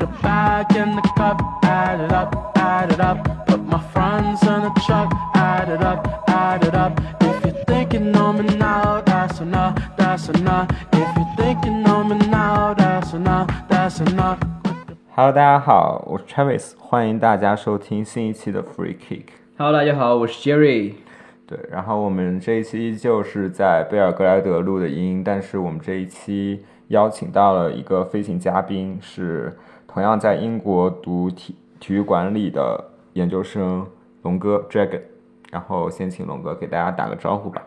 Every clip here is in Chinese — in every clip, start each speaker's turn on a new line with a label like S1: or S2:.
S1: Cognac in the cup, add it up, add it up. Put my friends in the truck, add it up, add it up. If you're thinking on me now, that's enough, that's enough. If you're thinking on me now, that's enough, that's enough.
S2: Hello，大家好，我是 Travis，欢迎大家收听新一期的 Free Kick。
S3: Hello，大家好，我是 Jerry。
S2: 对，然后我们这一期依旧是在贝尔格莱德录的音，但是我们这一期邀请到了一个飞行嘉宾，是同样在英国读体体育管理的研究生龙哥 Dragon。然后先请龙哥给大家打个招呼吧。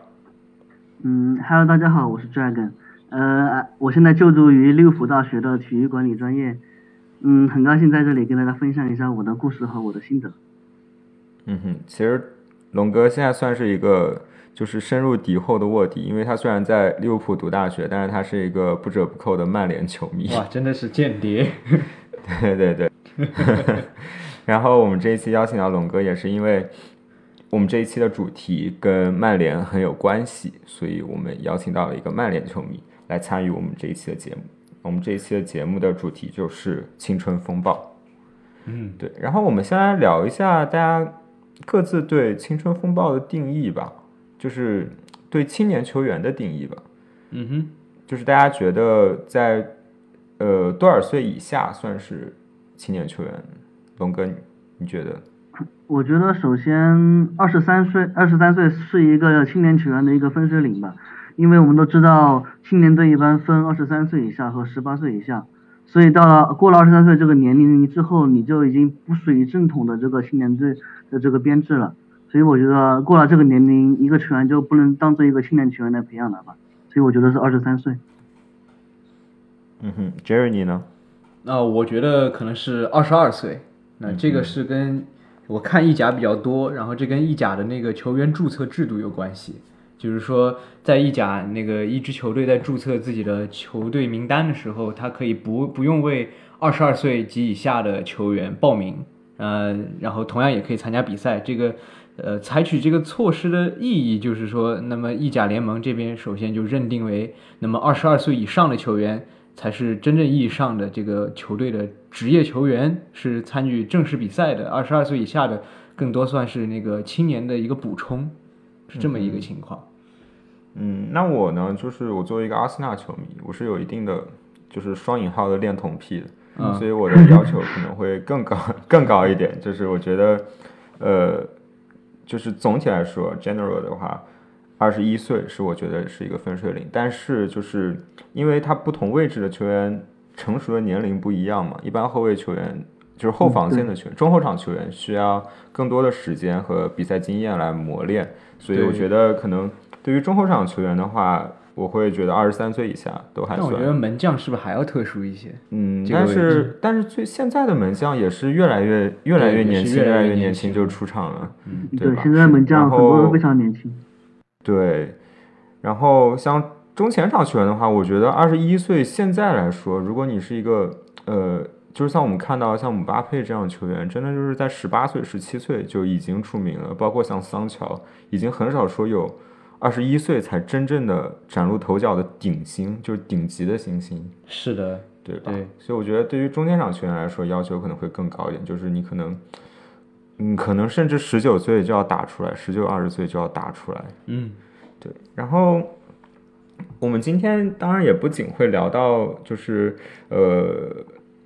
S4: 嗯，Hello，大家好，我是 Dragon，呃，我现在就读于六福大学的体育管理专业，嗯，很高兴在这里跟大家分享一下我的故事和我的心得。
S2: 嗯哼，其实龙哥现在算是一个就是深入敌后的卧底，因为他虽然在利物浦读大学，但是他是一个不折不扣的曼联球迷。
S3: 哇，真的是间谍。
S2: 对对对。 然后我们这一期邀请到龙哥，也是因为我们这一期的主题跟曼联很有关系，所以我们邀请到了一个曼联球迷来参与我们这一期的节目。我们这一期的节目的主题就是青春风暴。
S3: 嗯，
S2: 对。然后我们先来聊一下大家各自对青春风暴的定义吧，就是对青年球员的定义吧。
S3: 嗯哼，
S2: 就是大家觉得在呃多少岁以下算是青年球员？龙哥，你你觉得？
S4: 我觉得首先二十三岁，二十三岁是一个青年球员的一个分水岭吧，因为我们都知道青年队一般分二十三岁以下和十八岁以下，所以到了过了二十三岁这个年龄之后，你就已经不属于正统的这个青年队的这个编制了，所以我觉得过了这个年龄，一个球员就不能当做一个青年球员来培养了吧，所以我觉得是二十三岁。
S2: 嗯哼，Jerry 你呢？
S3: 那我觉得可能是二十二岁。那这个是跟我看意甲比较多，然后这跟意甲的那个球员注册制度有关系。就是说，在意甲那个一支球队在注册自己的球队名单的时候，他可以不不用为二十二岁及以下的球员报名，呃，然后同样也可以参加比赛。这个呃，采取这个措施的意义就是说，那么意甲联盟这边首先就认定为，那么二十二岁以上的球员才是真正意义上的这个球队的职业球员，是参与正式比赛的；二十二岁以下的更多算是那个青年的一个补充，是这么一个情况。
S2: 嗯，那我呢，就是我作为一个阿森纳球迷，我是有一定的就是双引号的恋童癖的，
S3: 嗯
S2: 所以我的要求可能会更高 更高一点。就是我觉得，呃，就是总体来说，general 的话，二十一岁是我觉得是一个分水岭，但是就是因为他不同位置的球员成熟的年龄不一样嘛，一般后卫球员。就是
S3: 嗯
S2: 后防线的球员、中后场球员需要更多的时间和比赛经验来磨练，所以我
S3: 对
S2: 觉得可能对于中后场球员的话，我会觉得二十三岁以下都还
S3: 但我觉
S2: 算。
S3: 得门将是不是还要特殊一些？
S2: 嗯，
S3: 这个
S2: 但
S3: 位
S2: 是但是最现在的门将也是越来越越来越
S3: 对也是
S2: 年轻，
S3: 越来
S2: 来
S3: 越
S2: 越
S3: 年
S2: 轻
S3: 轻
S2: 就出场了。对
S4: 对
S2: 吧，
S4: 现在门将
S2: 然
S4: 很多
S2: 后
S4: 都非常年轻。
S2: 对，然后像中前场球员的话，我觉得二十一岁现在来说，如果你是一个呃，就是像我们看到像姆巴佩这样的球员，真的就是在十八岁、十七岁就已经出名了，包括像桑乔，已经很少说有二十一岁才真正的崭露头角的顶星，就是顶级的新星。
S3: 是的，
S2: 对吧？
S3: 对
S2: 所以我觉得对于中间场球员来说，要求可能会更高一点，就是你可能，嗯，可能甚至十九岁就要打出来，十九二十岁就要打出来。
S3: 嗯，
S2: 对，然后我们今天当然也不仅会聊到就是呃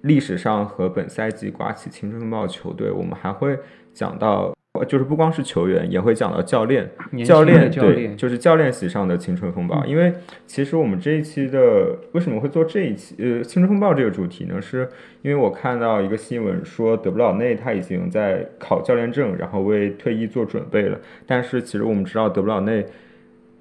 S2: 历史上和本赛季刮起青春风暴的球队，我们还会讲到。呃就是不光是球员，也会讲到教练，
S3: 年
S2: 教
S3: 轻的
S2: 练
S3: 教
S2: 对，
S3: 练嗯
S2: 就是教练席上的青春风暴。因为其实我们这一期的为什么会做这一期呃青春风暴这个主题呢？是因为我看到一个新闻说德布劳内他已经在考教练证，然后为退役做准备了。但是其实我们知道德布劳内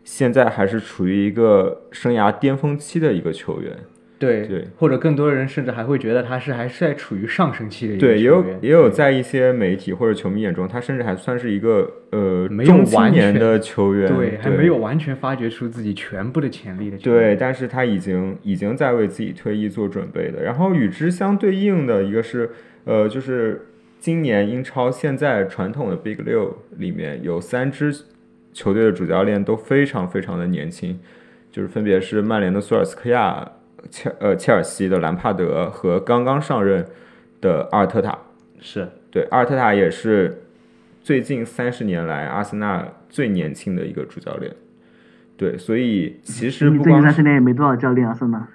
S2: 现在还是处于一个生涯巅峰期的一个球员，
S3: 对
S2: 对
S3: 或者更多人甚至还会觉得他是还是在处于上升期的一个
S2: 对，也有
S3: 球员
S2: 也有在一些媒体或者球迷眼中，他甚至还算是一个呃
S3: 没有
S2: 中青
S3: 完
S2: 年
S3: 全
S2: 的球员，
S3: 对还没有完全发掘出自己全部的潜力的球
S2: 对，
S3: 员，
S2: 但是他已经已经在为自己退役做准备的。然后与之相对应的一个是，呃，就是今年英超现在传统的 Big 六里面有三支球队的主教练都非常非常的年轻，就是分别是曼联的索尔斯克亚、切呃切尔西的兰帕德和刚刚上任的阿尔特塔。
S5: 是
S2: 对，阿尔特塔也是最近三十年来阿森纳最年轻的一个主教练。对，所以其实
S4: 你
S2: 不
S4: 最近
S2: 光
S4: 三
S2: 是
S4: 十年也没多少教练啊，是吗？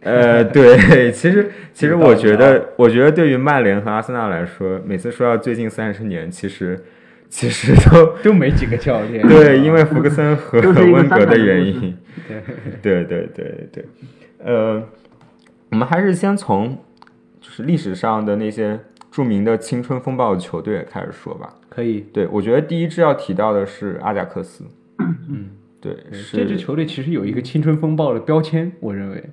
S2: 呃， 对，其实其实
S5: 有道
S2: 我
S5: 理
S2: 觉
S5: 啊
S2: 得，我觉得对于曼联和阿森纳来说，每次说到最近三十年，其实其实都
S3: 都没几个教 练。
S2: 对，因为福克森和
S4: 都是一个
S2: 温格
S4: 三板
S2: 的
S4: 的
S2: 原
S4: 故
S2: 因，对对对对，呃，我们还是先从就是历史上的那些著名的青春风暴球队开始说吧。
S3: 可以，
S2: 对，我觉得第一支要提到的是阿贾克斯。嗯，对，是
S3: 这支球队其实有一个青春风暴的标签，我认为。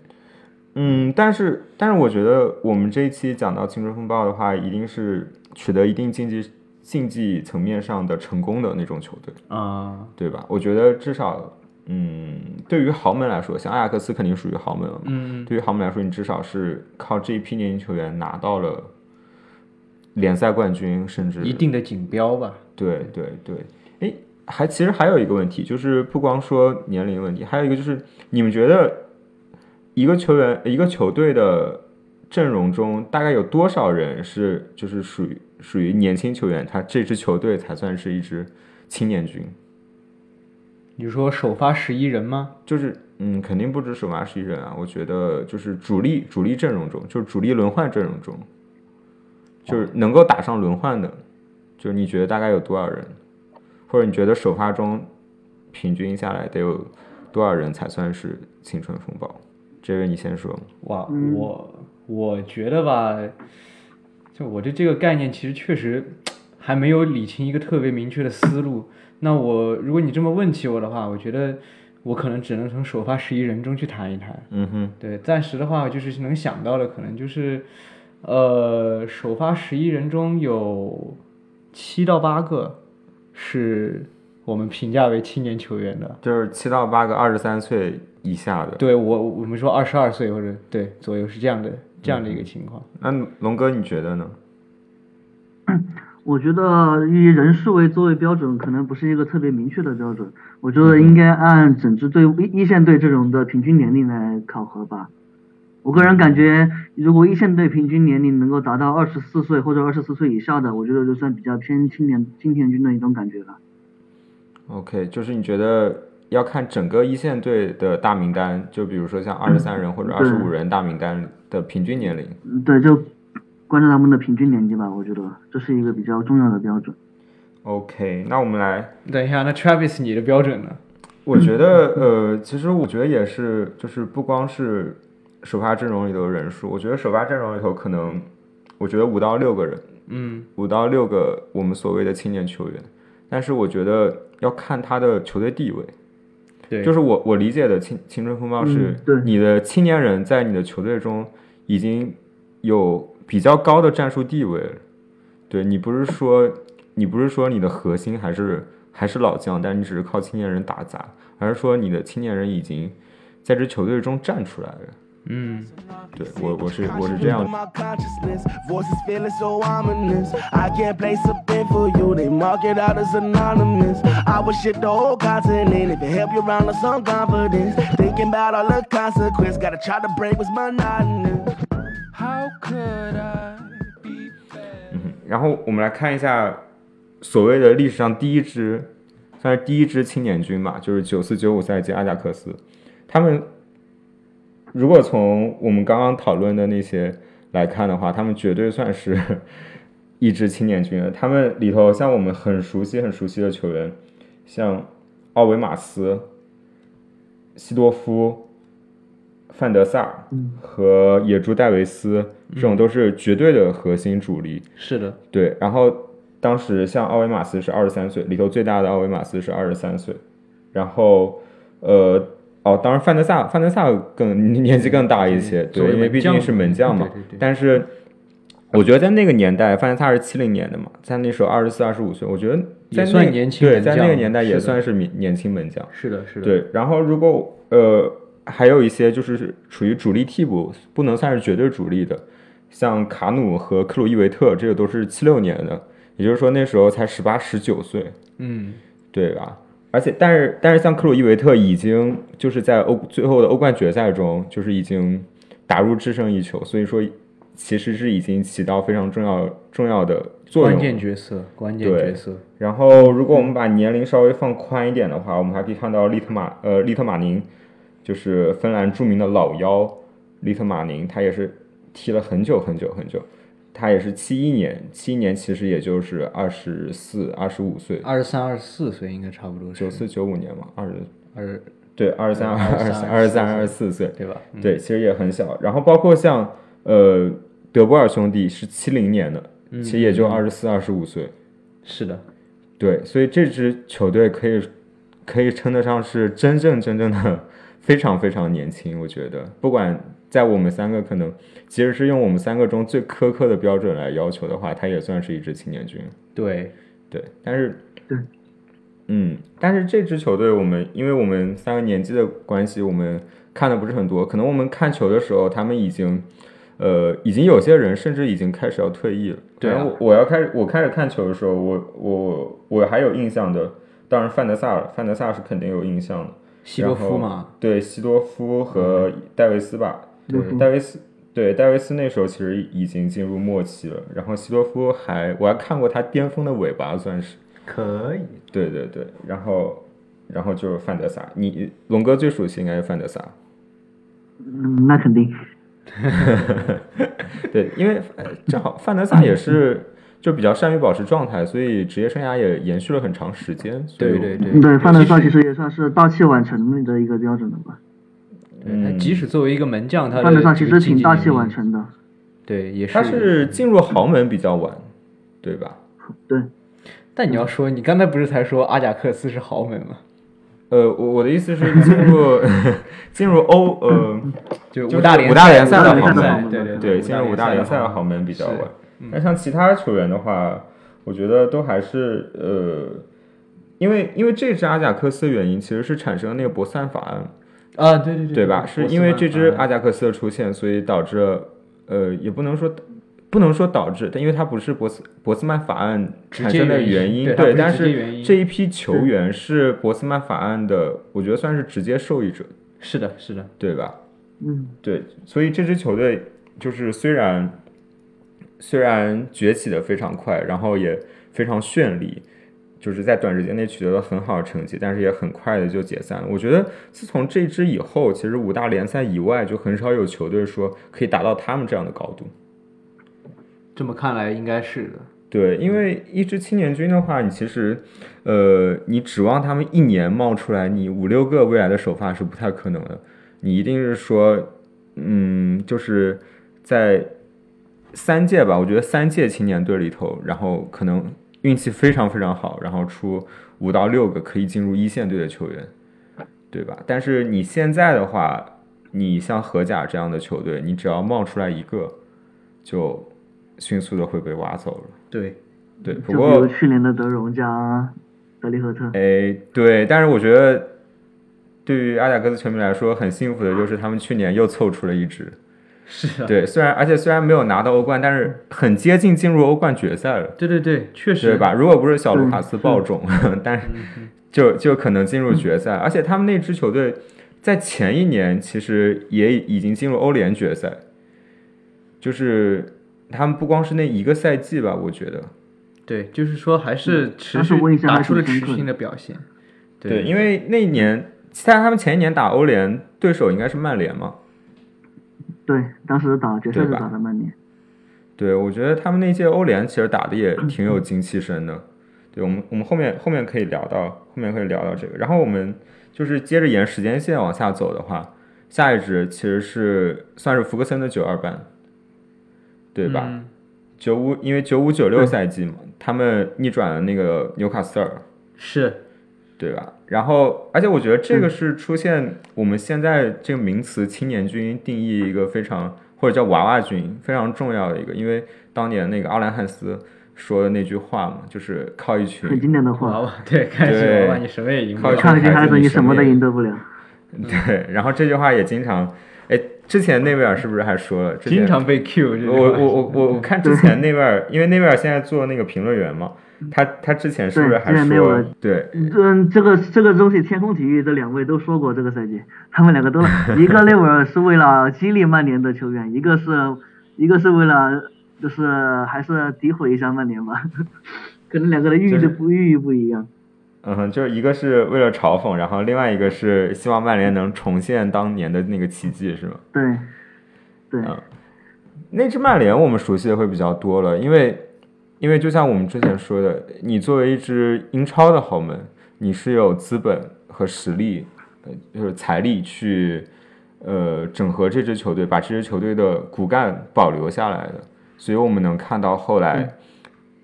S2: 嗯，但是但是我觉得我们这一期讲到青春风暴的话，一定是取得一定竞技竞技层面上的成功的那种球队，
S3: 啊、
S2: 对吧？我觉得至少，嗯，对于豪门来说，像阿贾克斯肯定属于豪门了嘛。
S3: 嗯，
S2: 对于豪门来说，你至少是靠这一批年轻球员拿到了联赛冠军，甚至
S3: 一定的锦标吧。
S2: 对对对，诶，还其实还有一个问题，就是不光说年龄问题，还有一个就是你们觉得一个球员、一个球队的阵容中，大概有多少人是就是属于属于年轻球员，他这支球队才算是一支青年军？
S3: 你说首发十一人吗？
S2: 就是嗯，肯定不止首发十一人啊，我觉得就是主力主力阵容中，就是主力轮换阵容中，就是能够打上轮换的，就是你觉得大概有多少人，或者你觉得首发中平均下来得有多少人才算是青春风暴？这位你先说。
S3: 哇，
S4: 嗯
S3: 我我觉得吧，就我对这个概念其实确实还没有理清一个特别明确的思路。那我如果你这么问起我的话，我觉得我可能只能从首发十一人中去谈一谈。
S2: 嗯哼，
S3: 对，暂时的话就是能想到的，可能就是，呃，首发十一人中有七到八个是我们评价为青年球员的。
S2: 就是七到八个二十三岁以下的。
S3: 对我，我们说二十二岁或者对左右是这样的这样的一个情况。
S2: 那龙哥你觉得呢？
S4: 我觉得以人数为作为标准，可能不是一个特别明确的标准。我觉得应该按整支队伍一一线队这种的平均年龄来考核吧。我个人感觉，如果一线队平均年龄能够达到二十四岁或者二十四岁以下的，我觉得就算比较偏青年青年军的一种感觉了。
S2: OK，就是你觉得要看整个一线队的大名单，就比如说像二十三人或者二十五人大名单的平均年龄。
S4: 嗯对，就关注他们的平均年纪吧。我觉得这是一个比较重要的标准。
S2: OK，那我们来，
S3: 等一下，那 Travis 你的标准呢？
S2: 我觉得呃，其实我觉得也是，就是不光是首发阵容里头的人数，我觉得首发阵容里头可能，我觉得五到六个人，
S3: 嗯，
S2: 五到六个我们所谓的青年球员，但是我觉得要看他的球队地位。
S3: 对，
S2: 就是我我理解的青青春风暴是
S4: 嗯，对
S2: 你的青年人在你的球队中已经有比较高的战术地位了。对你不是说你不是说你的核心还是还是老将，但你只是靠青年人打杂，而是说你的青年人已经在这球队中站出来了。
S3: 嗯，
S2: 对我我是我是这样
S1: My consciousness, voices feeling so ominous. I can't place a pin for you. They mark it out as anonymous. I would shit the whole continent if it help you round with some confidence. Thinking about all the consequence, gotta try to break what's monotonous. How could I be better?
S2: 嗯然后我们来看一下所谓的历史上第一支，算是第一支青年军吧，就是九四九五赛季阿贾克斯。他们如果从我们刚刚讨论的那些来看的话，他们绝对算是 一支青年军了。他们里头像我们很熟悉、很熟悉的球员，像奥维马斯、西多夫、范德萨尔和野猪戴维斯，这种都是绝对的核心主力。
S3: 是的，
S2: 对，然后当时像奥维马斯是二十三岁，里头最大的奥维马斯是二十三岁，然后呃哦，当然范德萨范德萨更年纪更大一些，
S3: 作为
S2: 对，因为
S3: 门
S2: 毕
S3: 将
S2: 竟是
S3: 嘛
S2: 门将嘛。
S3: 嗯对对对
S2: 但是我觉得在那个年代，范德萨是七零年的嘛，在那时候二十四、二十五岁，我觉得在
S3: 也
S2: 那
S3: 算
S2: 个
S3: 年轻
S2: 对，
S3: 门
S2: 在那
S3: 将
S2: 个年代
S3: 是
S2: 也
S3: 的
S2: 算是年年轻门将。
S3: 是的，是的，，
S2: 对，然后如果呃还有一些就是属于主力替补，不能算是绝对主力的，像卡努和克鲁伊维特，这个都是七六年的，也就是说那时候才十八十九岁，
S3: 嗯，
S2: 对吧？而且但是但是像克鲁伊维特已经就是在欧最后的欧冠决赛中，就是已经打入制胜一球，所以说其实是已经起到非常重要重要的作
S3: 关
S2: 用
S3: 键
S2: 了。
S3: 角色，关键
S2: 对
S3: 角色，
S2: 然后，如果我们把年龄稍微放宽一点的话，我们还可以看到利特马呃利特马宁，就是芬兰著名的老妖利特马宁，他也是踢了很久很久很久，他也是七一年，七一年其实也就是二十四二十五岁，
S3: 二十三、二十四岁应该差不多是
S2: 九四九五年嘛，二十
S3: 二，
S2: 对二十三二
S3: 23
S2: 三二十三二十四岁，
S3: 对吧？嗯
S2: 对，其实也很小。然后包括像呃德波尔兄弟是七零年的，其实也就二十四二十五岁。
S3: 是的，
S2: 对，所以这支球队可以可以称得上是真正真正的非常非常年轻。我觉得，不管在我们三个可能，即使是用我们三个中最苛刻的标准来要求的话，他也算是一支青年军。
S3: 对，
S2: 对，但是
S4: 对，
S2: 嗯，但是这支球队，我们因为我们三个年纪的关系，我们看的不是很多。可能我们看球的时候，他们已经，呃，已经有些人甚至已经开始要退役了。
S3: 对啊
S2: 反正我我要开始我开始看球的时候，我我我还有印象的，当然范德萨尔，范德萨尔是肯定有印象的。
S3: 西多夫
S2: 然后
S3: 嘛，
S2: 对，西多夫和戴维斯吧，
S4: 嗯
S2: 对，戴维斯，对，戴维斯那时候其实已经进入末期了，然后西多夫还，我还看过他巅峰的尾巴，算是，
S3: 可以，
S2: 对对对，然后，然后就是范德萨，你龙哥最熟悉应该是范德萨，
S4: 嗯，那肯定，
S2: 对，因为呃正好范德萨也是 就比较善于保持状态，所以职业生涯也延续了很长时间，所以
S3: 对
S2: 我
S3: 对
S4: 嗯对，范德萨
S3: 其
S4: 其
S3: 实
S4: 实也算是到期晚成的一个标准了吧？
S3: 对
S2: 嗯
S3: 他即使作为一个门将，他的
S4: 范德萨其
S3: 这个
S4: 实
S3: 竞
S4: 挺
S3: 技
S4: 大
S3: 能
S4: 器
S3: 力
S4: 晚，成的，
S3: 对，也
S2: 他是进入豪门比较晚，对吧？
S4: 对，
S3: 但你要说，你刚才不是才说阿贾克斯是豪门吗？
S2: 呃，我我的意思是进入 进入欧呃
S3: 就
S2: 就是
S3: 五大联
S2: 五大联赛
S4: 的
S3: 五大联
S4: 豪
S3: 赛
S4: 门
S3: 对对
S2: 对，
S3: 对，
S2: 进入五大联赛的豪
S3: 门，
S2: 门比较
S3: 是
S2: 晚。但像其他球员的话，我觉得都还是呃，因为因为这支阿贾克斯的原因，其实是产生了那个博斯曼法案，
S3: 啊，对对对，
S2: 对吧？是因为这支啊
S3: 支
S2: 阿贾克斯的出现，所以导致了呃，也不能说不能说导致，但因为它不是博斯博斯曼法案
S3: 直
S2: 产
S3: 接
S2: 生的
S3: 原
S2: 因，
S3: 因对它
S2: 对，
S3: 不是
S2: 但
S3: 直接原
S2: 是
S3: 因
S2: 这一批球员是博斯曼法案的，我觉得算是直接受益者，
S3: 是的，是的，
S2: 对吧？
S4: 嗯，
S2: 对，所以这支球队就是虽然虽然崛起的非常快，然后也非常绚丽，就是在短时间内取得了很好的成绩，但是也很快的就解散了。我觉得自从这支以后，其实五大联赛以外就很少有球队说可以达到他们这样的高度。
S3: 这么看来应该是的，
S2: 对，因为一支青年军的话，你其实，呃，你指望他们一年冒出来你五六个未来的首发是不太可能的，你一定是说，嗯，就是在三届吧，我觉得三届青年队里头，然后可能运气非常非常好，然后出五到六个可以进入一线队的球员，对吧？但是你现在的话，你像荷甲这样的球队，你只要冒出来一个，就迅速的会被挖走了。
S3: 对，
S2: 对，不
S4: 就比如
S2: 过
S4: 去年的德容加德利赫特，
S2: 哎，对，但是我觉得对于阿贾克斯球迷来说，很幸福的就是他们去年又凑出了一支。
S3: 是啊的，
S2: 对，虽然而且虽然没有拿到欧冠，但是很接近进入欧冠决赛了，
S3: 对对对，确实
S2: 对吧？如果不是小卢卡斯爆种，但是就就可能进入决赛。而且他们那支球队在前一年其实也已经进入欧联决赛，就是他们不光是那一个赛季吧，我觉得。
S3: 对，就是说还是持
S4: 但是
S3: 续
S4: 我印象
S3: 打
S4: 还
S3: 出了
S4: 挺
S3: 持
S4: 深刻
S3: 续
S4: 的
S3: 性的表现。
S2: 对，因为那一年，但他们前一年打欧联，对手应该是曼联嘛。
S4: 对，当时打决赛
S2: 对
S4: 是
S2: 吧
S4: 打的曼联，
S2: 对，我觉得他们那届欧联其实打的也挺有精气神的。对，我们我们后面后面可以聊到，后面可以聊到这个。然后我们就是接着沿时间线往下走的话，下一支其实是算是福克森的九二班，对吧？
S3: 嗯
S2: 九五因为九五九六赛季嘛，他们逆转了那个纽卡斯尔，
S3: 是，
S2: 对吧？然后，而且我觉得
S4: 嗯
S2: 这个是出现我们现在这个名词“青年军”定义一个非常或者叫“娃娃军”非常重要的一个，因为当年那个阿兰汉斯说的那句话嘛，就是靠一群
S4: 很 经典的
S3: 娃
S4: 话，
S3: 娃， 对，看起
S2: 对
S3: 娃娃你什么也赢不
S2: 靠
S3: 了
S2: 近。
S4: 看一些
S2: 孩
S4: 孩
S2: 子
S4: 子
S2: 你
S4: 你
S2: 什
S4: 什
S2: 么
S4: 么都
S2: 也
S4: 赢得不了，
S2: 对，然后这句话也经常，哎，之前内维尔是不是还说了？之前
S3: 经常被 Q，这
S2: 我我我我我看之前内维尔，因为内维尔现在做那个评论员嘛，他他之前是不是
S4: 对
S2: 还
S4: 之前内维
S2: 说
S4: 尔
S2: 对
S4: 嗯，这个这个东西，天空体育这两位都说过，这个赛季他们两个都，一个内维尔是为了激励曼联的球员，一个是一个是为了就是还是诋毁一下曼联吧， 可能两个的寓意
S2: 就是
S4: 都不寓意不一样。
S2: 嗯哼，就是一个是为了嘲讽，然后另外一个是希望曼联能重现当年的那个奇迹，是吗？
S4: 对，对，
S2: 嗯那支曼联我们熟悉的会比较多了，因为因为就像我们之前说的，你作为一支英超的豪门，你是有资本和实力，呃，就是财力去呃整合这支球队，把这支球队的骨干保留下来的。所以我们能看到后来，
S3: 嗯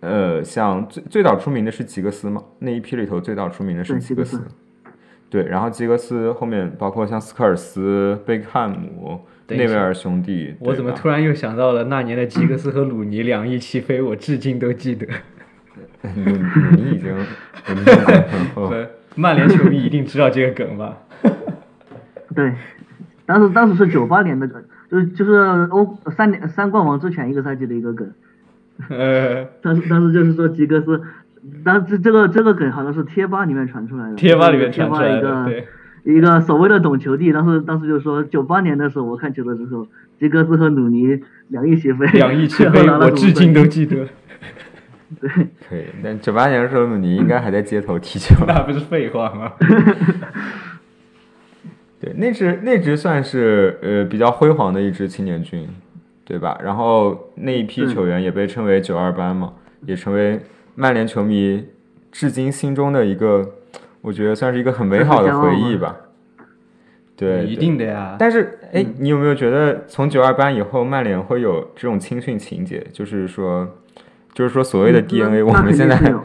S2: 呃，像最最早出名的是吉格斯嘛，那一批里头最早出名的是
S4: 对
S2: 吉
S4: 吉
S2: 格
S4: 格
S2: 斯
S4: 斯。
S2: 对，然后吉格斯后面包括像斯科尔斯、贝克汉姆、
S3: 等一
S2: 内
S3: 下
S2: 维尔兄弟，
S3: 我
S2: 对
S3: 怎么
S2: 吧
S3: 突然又想到了那年的吉格斯和鲁尼两翼齐飞，我至今都记得。
S2: 你你已经，你已经很 后
S3: 曼联球迷一定知道这个梗吧？
S4: 对，当时当时是九八年的梗，就是就是欧三年三冠王之前一个赛季的一个梗。
S3: 呃，
S4: 当时当时就是说吉格斯，当这这个这个梗好像是贴吧里面传出来的，
S3: 贴吧里面传出来的，
S4: 贴吧一个
S3: 对，
S4: 一个所谓的懂球帝，当时当时就说九八年的时候我看球的时候，吉格斯和鲁尼两翼齐飞，
S3: 两翼 齐
S4: 然
S3: 飞，
S4: 后拿了
S3: 我
S4: 总
S3: 至
S4: 冠
S3: 今
S4: 军
S3: 都记得，
S4: 对
S2: 可以。但九八年的时候，你应该还在街头踢球。
S3: 那不是废话吗？
S2: 对，那支那支算是呃比较辉煌的一支青年军，对吧？然后那一批
S4: 嗯
S2: 球员也被称为“九二班”嘛，也成为曼联球迷至今心中的一个，我觉得算是一个很美好的回忆吧。对，
S3: 一
S2: 对
S3: 定的呀。
S2: 但是，哎，你有没有觉得从九二班以后，曼联会有这种青训情节？就是说，就是说所谓的 DNA，、
S4: 嗯那
S2: 我们现
S4: 那肯定是
S2: 在
S4: 有，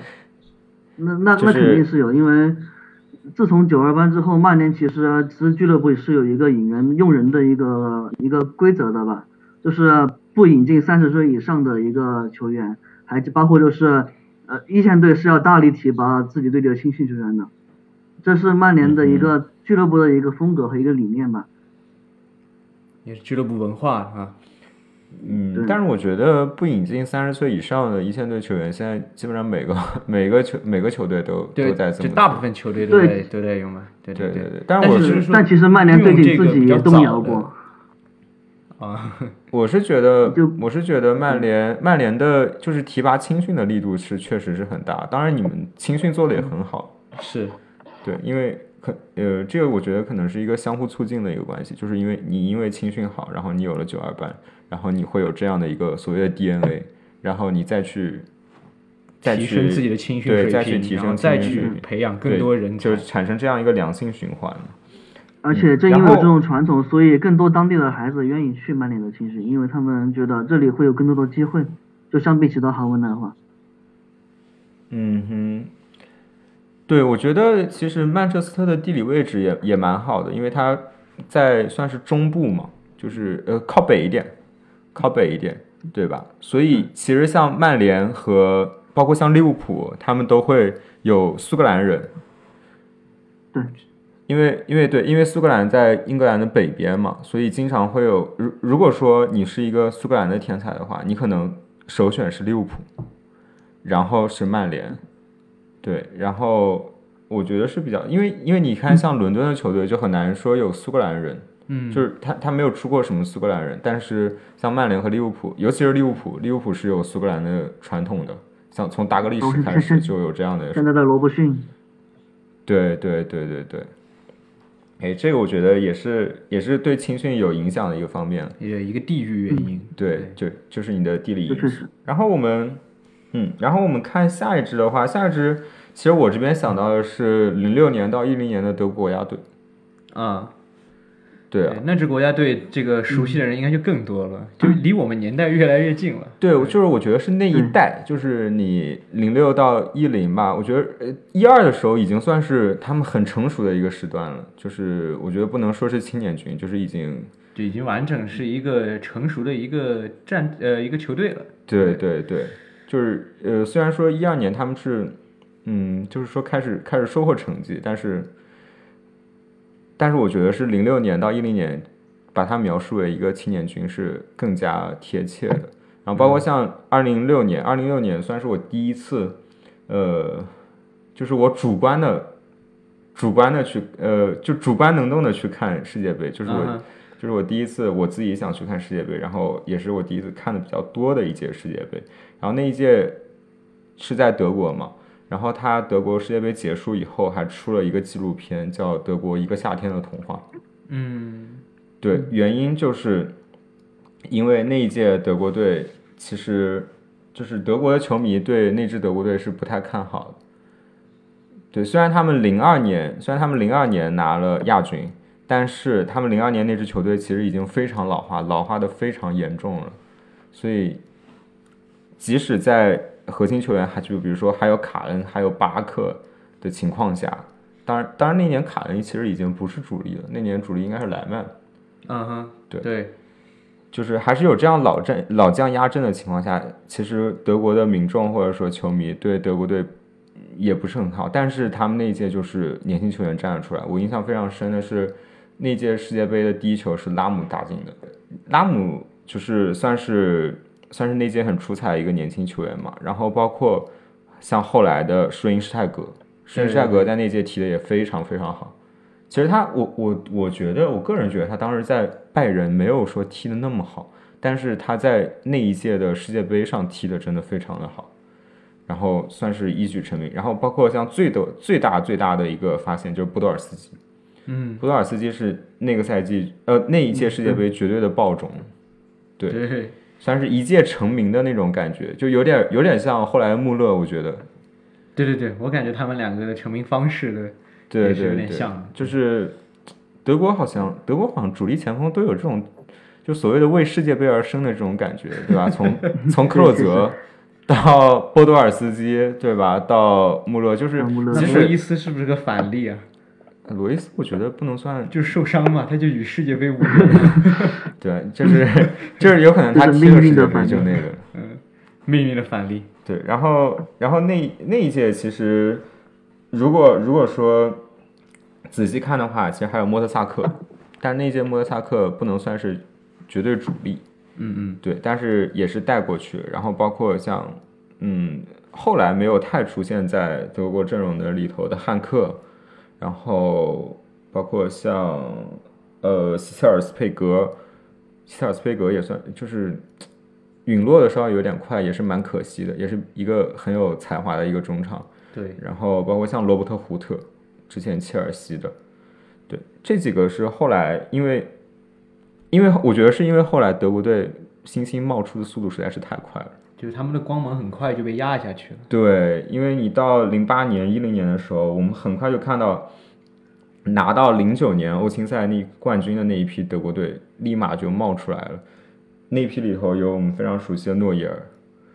S4: 那那
S2: 就
S4: 那肯
S2: 是
S4: 定是有，因为自从九二班之后，曼联其实啊其实俱乐部是有一个引人用人的一个一个规则的吧，就是不引进三十岁以上的一个球员，还包括就是呃一线队是要大力提拔自己队里的青训球员的，这是曼联
S2: 嗯
S4: 的一个俱乐部的一个风格和一个理念吧。
S3: 也是俱乐部文化啊，
S2: 嗯
S4: 对，
S2: 但是我觉得不引进三十岁以上的一线队球员，现在基本上每个 每个球每个球队都
S3: 对
S2: 都在，这
S3: 就
S2: 么
S3: 大
S2: 做
S3: 部分球队都
S4: 对
S3: 在都在用嘛，对
S2: 对
S3: 对
S2: 对对但是我
S3: 只
S2: 是
S3: 说
S4: 但其实曼联最
S3: 运用
S4: 近
S3: 这个
S4: 自己
S3: 比较
S4: 也动摇
S3: 早的
S4: 过，
S3: 啊，
S2: 我是觉得
S4: 就，
S2: 我是觉得
S3: 嗯
S2: 曼联曼联的就是提拔青训的力度是确实是很大，当然你们青训做的也很好，
S3: 是
S2: 对，因为可呃，这个我觉得可能是一个相互促进的一个关系，就是因为你因为青训好，然后你有了九二班，然后你会有这样的一个所谓的 DNA，然后你再去再
S3: 提
S2: 去
S3: 升自己的青训
S2: 对，
S3: 水
S2: 再去提
S3: 平，然后
S2: 升
S3: 再
S2: 青训
S3: 去
S2: 水平
S3: 培养
S2: 对
S3: 更多人才
S2: 就。产生这样一个良性循环。
S4: 而且
S2: 嗯
S4: 正因
S2: 然
S4: 为有
S2: 后
S4: 这种传统，所以更多当地的孩子愿意去曼联的青训，因为他们觉得这里会有更多的机会，就相比其他豪门的话，
S2: 嗯哼，对，我觉得其实曼彻斯特的地理位置也也蛮好的，因为它在算是中部嘛，就是呃靠北一点，靠北一点，对吧？所以其实像曼联和包括像利物浦，他们都会有苏格兰人，
S4: 对，
S2: 因为因为对，因为苏格兰在英格兰的北边嘛，所以经常会有。如如果说你是一个苏格兰的天才的话，你可能首选是利物浦，然后是曼联，对，然后我觉得是比较，因为因为你看像伦敦的球队就很难说有苏格兰人，
S3: 嗯，
S2: 就是他他没有出过什么苏格兰人，但是像曼联和利物浦，尤其是利物浦，利物浦是有苏格兰的传统的，像从达格利什开始就有这样的
S4: 现在的罗伯逊，
S2: 对对对对对，哎，这个我觉得也是也是对青训有影响的一个方面。
S3: 也一个地域原因。
S2: 嗯对，就就是你的地理
S4: 这
S2: 因素。
S4: 确实
S2: 然后我们，嗯，然后我们看下一支的话，下一支其实我这边想到的是零六年到一零年的德国国家队。
S3: 啊，
S2: 对啊
S3: 对，，那支国家队这个熟悉的人应该就更多了，就离我们年代越来越近了。
S2: 对，就是我觉得是那一
S4: 嗯
S2: 代，就是你零六到一零吧，我觉得呃一二的时候已经算是他们很成熟的一个时段了，就是我觉得不能说是青年军，就是已经
S3: 就已经完整是一个成熟的一个战呃一个球队了。
S2: 对对对，就是呃，虽然说一二年他们是，嗯，就是说开始开始收获成绩，但是，但是我觉得是零六年到一零年，把它描述为一个青年军是更加贴切的。然后
S3: 嗯
S2: 包括像二零零六年，二零零六年算是我第一次，呃，就是我主观的。主观的去，呃，就主观能动的去看世界杯，就是我
S3: 嗯哼
S2: 就这是我第一次我自己想去看世界杯，然后也是我第一次看的比较多的一届世界杯。然后那一届是在德国嘛，然后他德国世界杯结束以后还出了一个纪录片，叫《德国一个夏天的童话》。
S3: 嗯
S2: 对，原因就是因为那一届德国队其实就是德国的球迷对那支德国队是不太看好的。对，虽然他们零二年，虽然他们零二年拿了亚军，但是他们零二年那支球队其实已经非常老化，老化的非常严重了。所以，即使在核心球员还就比如说还有卡恩，还有巴克的情况下，当然，当然那年卡恩其实已经不是主力了，那年主力应该是莱曼。
S3: 嗯哼，
S2: 对
S3: 对，
S2: 就是还是有这样老阵老将压阵的情况下，其实德国的民众或者说球迷对德国队也不是很好，但是他们那一届就是年轻球员站了出来。我印象非常深的是，那届世界杯的第一球是拉姆打进的，拉姆就是算是算是那届很出彩的一个年轻球员嘛。然后包括像后来的施因施泰格，施因施泰格在那届踢的也非常非常好。其实他，我我我觉得，我个人觉得他当时在拜仁没有说踢的那么好，但是他在那一届的世界杯上踢的真的非常的好，然后算是一举成名。然后包括像最的最大最大的一个发现就是波多尔斯基，
S3: 嗯
S2: 波多尔斯基是那个赛季呃那一届世界杯绝对的爆种，对
S3: 对，
S2: 算是一届成名的那种感觉，就有点有点像后来的穆勒，我觉得
S3: 对对对，我感觉他们两个的成名方式的，
S2: 对
S3: 也是有
S2: 对
S3: 点
S2: 对
S3: 像的，
S2: 就是德国好像德国好像主力前锋都有这种，就所谓的为世界杯而生的这种感觉，对吧？ 从从克洛泽到波多尔斯基，对吧？到穆勒，就是
S4: 到穆勒
S2: 即
S3: 那罗
S2: 使
S3: 伊斯是不是个反例啊？
S2: 罗伊斯，我觉得不能算
S3: 就受伤嘛，他就与世界杯无 缘，
S2: 对，就是就是有可能他
S4: 就是
S2: 踢了
S4: 命
S2: 世
S4: 运
S2: 界
S4: 的
S2: 杯就
S4: 反
S2: 那
S4: 应
S2: 个。
S3: 命运的反例。
S2: 对，然后然后那那一届其实，如果如果说仔细看的话，其实还有莫特萨克，但是那一届莫特萨克不能算是绝对主力，
S3: 嗯嗯，
S2: 对，但是也是带过去，然后包括像嗯后来没有太出现在德国阵容的里头的汉克，然后包括像呃希塞尔斯佩格，希塞尔斯佩格也算就是陨落的稍微有点快，也是蛮可惜的，也是一个很有才华的一个中场。
S3: 对，
S2: 然后包括像罗伯特·胡特，之前切尔西的，对，这几个是后来因为，因为我觉得是因为后来德国队新星冒出的速度实在是太快了。
S3: 就是他们的光芒很快就被压下去了。
S2: 对，因为你到零八年、一零年的时候，我们很快就看到拿到零九年欧青赛那冠军的那一批德国队，立马就冒出来了。那一批里头有我们非常熟悉的诺伊尔，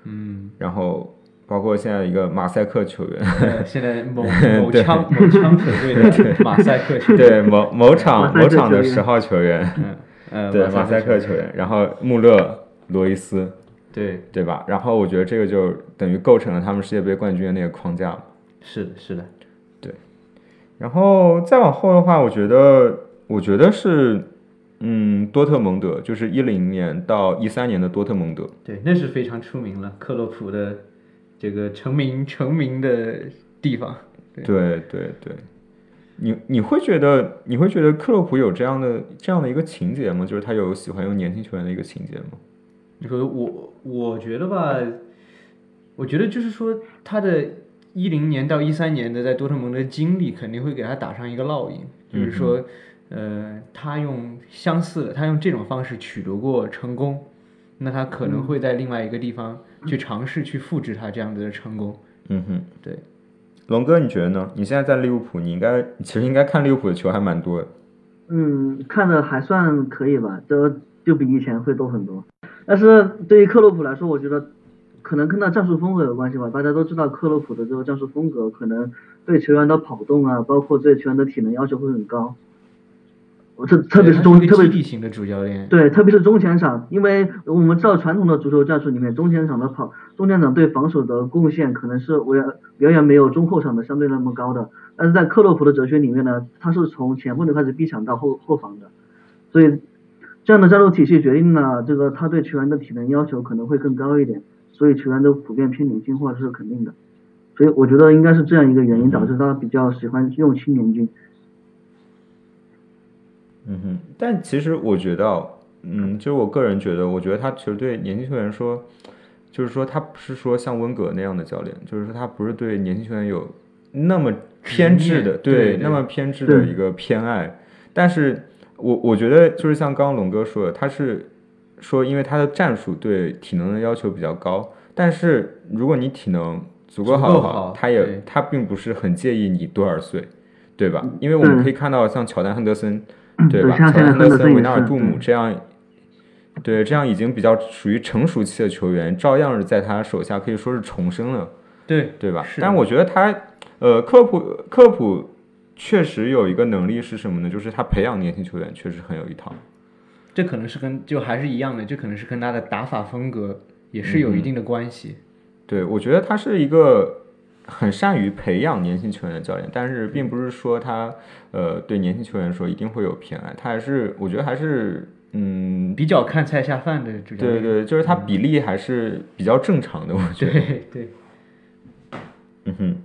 S3: 嗯，
S2: 然后包括现在一个马赛克球员，
S3: 呃现在某 某枪某枪球队的马赛克球队，
S2: 对某某场
S4: 马赛
S2: 某
S4: 克
S2: 场的
S4: 球员
S2: 十号球员，
S3: 呃，
S2: 对马赛克
S3: 球
S2: 球员，然后穆勒、罗伊斯，
S3: 对，
S2: 对吧？然后我觉得这个就等于构成了他们世界杯冠军的那个框架嘛。
S3: 是的，是的，
S2: 然后再往后的话，我觉得，我觉得是，嗯，多特蒙德，就是一零年到一三年的多特蒙德，
S3: 对，那是非常出名了，克洛普的这个成名成名的地方。对
S2: 对对对，你你会觉得你会觉得克洛普有这样的这样的一个情节吗？就是他有喜欢用年轻球员的一个情节吗？
S3: 你说我，我觉得吧，我觉得就是说他的一零年到一三年的在多特蒙德的经历，肯定会给他打上一个烙印，就是说，
S4: 嗯
S3: 呃，他用相似的，他用这种方式取得过成功，那他可
S4: 嗯
S3: 能会在另外一个地方去尝试去复制他这样子的成功。
S2: 嗯哼，
S3: 对。
S2: 龙哥，你觉得呢？你现在在利物浦，你应该你其实应该看利物浦的球还蛮多的。
S4: 嗯，看着还算可以吧，都就比以前会多很多。但是对于克洛普来说，我觉得可能跟他战术风格有关系吧。大家都知道克洛普的这个战术风格，可能对球员的跑动啊，包括对球员的体能要求会很高。我特特
S3: 对
S4: 别是
S3: 他
S4: 中
S3: 一个
S4: 特别
S3: 激励型的主教练，
S4: 对，特别是中前场，因为我们知道传统的足球战术里面，中前场的跑，中前场对防守的贡献可能是远远远没有中后场的相对那么高的。但是在克洛普的哲学里面呢，他是从前锋的开始逼抢到后后防的，所以这样的战术体系决定了这个他对球员的体能要求可能会更高一点，所以球员都普遍偏年轻化这是肯定的。所以我觉得应该是这样一个原因，导致他比较喜欢用青年军。
S2: 嗯哼，但其实我觉得啊，嗯，就是我个人觉得，我觉得他其实对年轻球员说，就是说他不是说像温格那样的教练，就是说他不是对年轻球员有那么偏执的，
S3: 执念对对
S2: 那么偏执的一个偏爱。但是我我觉得就是像刚刚龙哥说的，他是说因为他的战术对体能的要求比较高，但是如果你体能足够好的
S3: 足够
S2: 话，
S3: 好
S2: 他也
S3: 对嗯
S2: 他并不是很介意你多少岁，对吧？因为我们
S4: 对
S2: 可以看到像乔丹亨德森。对
S4: 嗯对
S2: 吧？
S4: 像
S2: 乔
S4: 现在
S2: 丹、
S4: 亨德森
S2: 森、
S4: 也
S2: 维纳尔
S4: 是
S2: 杜姆这样，对，这样已经比较属于成熟期的球员，照样是在他手下可以说是重生了，
S3: 对
S2: 对吧？
S3: 是
S2: 但我觉得他，呃，科普科普确实有一个能力是什么呢？就是他培养年轻球员确实很有一套。
S3: 这可能是跟就还是一样的，这可能是跟他的打法风格也是
S4: 嗯
S3: 有一定的关系。
S2: 对，我觉得他是一个很善于培养年轻球员的教练，但是并不是说他呃对年轻球员说一定会有偏爱，他还是我觉得还是嗯
S3: 比较看菜下饭的主教
S2: 对
S4: 嗯
S3: 练。
S2: 对，就是它比例还是比较正常的，我觉得。
S3: 对对，
S2: 嗯哼。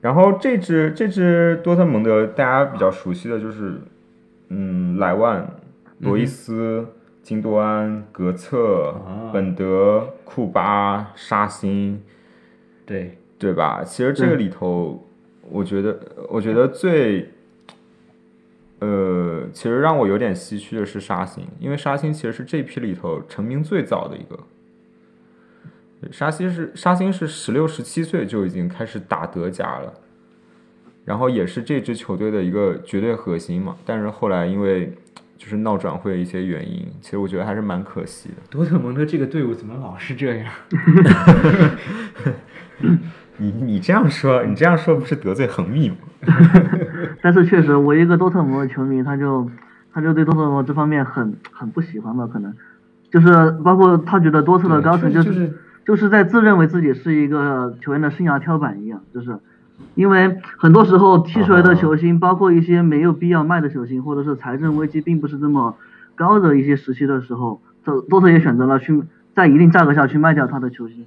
S2: 然后这支这支多特蒙德大家比较熟悉的就是，嗯，莱万、罗伊斯、金多安、格策、
S3: 啊
S2: 本德、库巴、沙辛，
S3: 对，
S2: 对吧？其实这个里头，我觉得，我觉得最，呃，其实让我有点唏嘘的是沙欣，因为沙欣其实是这批里头成名最早的一个。沙欣是沙欣是十六十七岁就已经开始打德甲了，然后也是这支球队的一个绝对核心嘛。但是后来因为就是闹转会一些原因，其实我觉得还是蛮可惜的。
S3: 多特蒙德这个队伍怎么老是 这样？
S2: 你你这样说，你这样说不是得罪恒密吗？
S4: 但是确实，我一个多特蒙德球迷，他就他就对多特蒙德这方面很很不喜欢吧，可能就是包括他觉得多特的高层
S3: 就
S4: 就是
S3: 是
S4: 就是在自认为自己是一个球员的生涯跳板一样，就是因为很多时候踢出来的球星，包括一些没有必要卖的球星，或者是财政危机并不是这么高的一些时期的时候，多多特也选择了去在一定价格下去卖掉他的球星。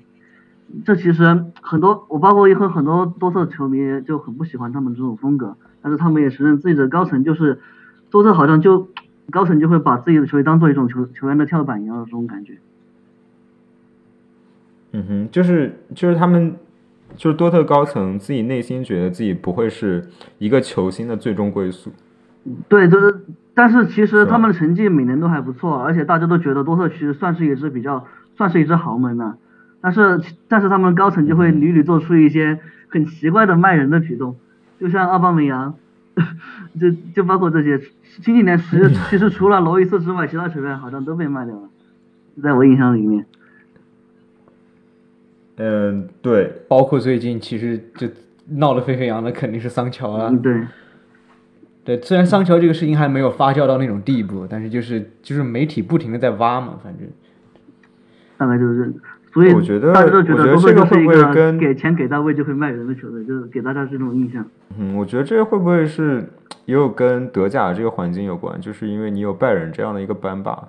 S4: 这其实很多，我包括也和很多多特球迷就很不喜欢他们这种风格，但是他们也承认自己的高层就是多特好像就高层就会把自己的球员当做一种球球员的跳板一样的这种感觉。
S2: 嗯哼，就是就是他们，就是多特高层自己内心觉得自己不会是一个球星的最终归宿。
S4: 对，就是，但是其
S2: 是啊
S4: 实
S2: 吧
S4: 他们的成绩每年都还不错，而且大家都觉得多特其实算是一支比较，算是一支豪门了、但是，但是他们高层就会屡屡做出一些很奇怪的卖人的举动，就像奥巴梅扬， 就就包括这些。近几年其实其实除了罗伊斯之外，其他球员好像都被卖掉了，在我印象里面。
S2: 嗯，对，
S3: 包括最近其实这闹得沸沸扬扬的肯定是桑乔啊。
S4: 嗯，对，
S3: 对，虽然桑乔这个事情还没有发酵到那种地步，但是就是就是媒体不停的在挖嘛，反正
S4: 大概就是。所以
S2: 我觉得
S4: 大家都觉
S2: 我觉得
S4: 多特
S2: 这个
S4: 就是
S2: 会
S4: 一
S2: 不会跟
S4: 给钱给到位就会卖人的球队，就是给大家这种印象。
S2: 嗯，我觉得这会不会是也有跟德甲这个环境有关？就是因为你有拜仁这样的一个班霸，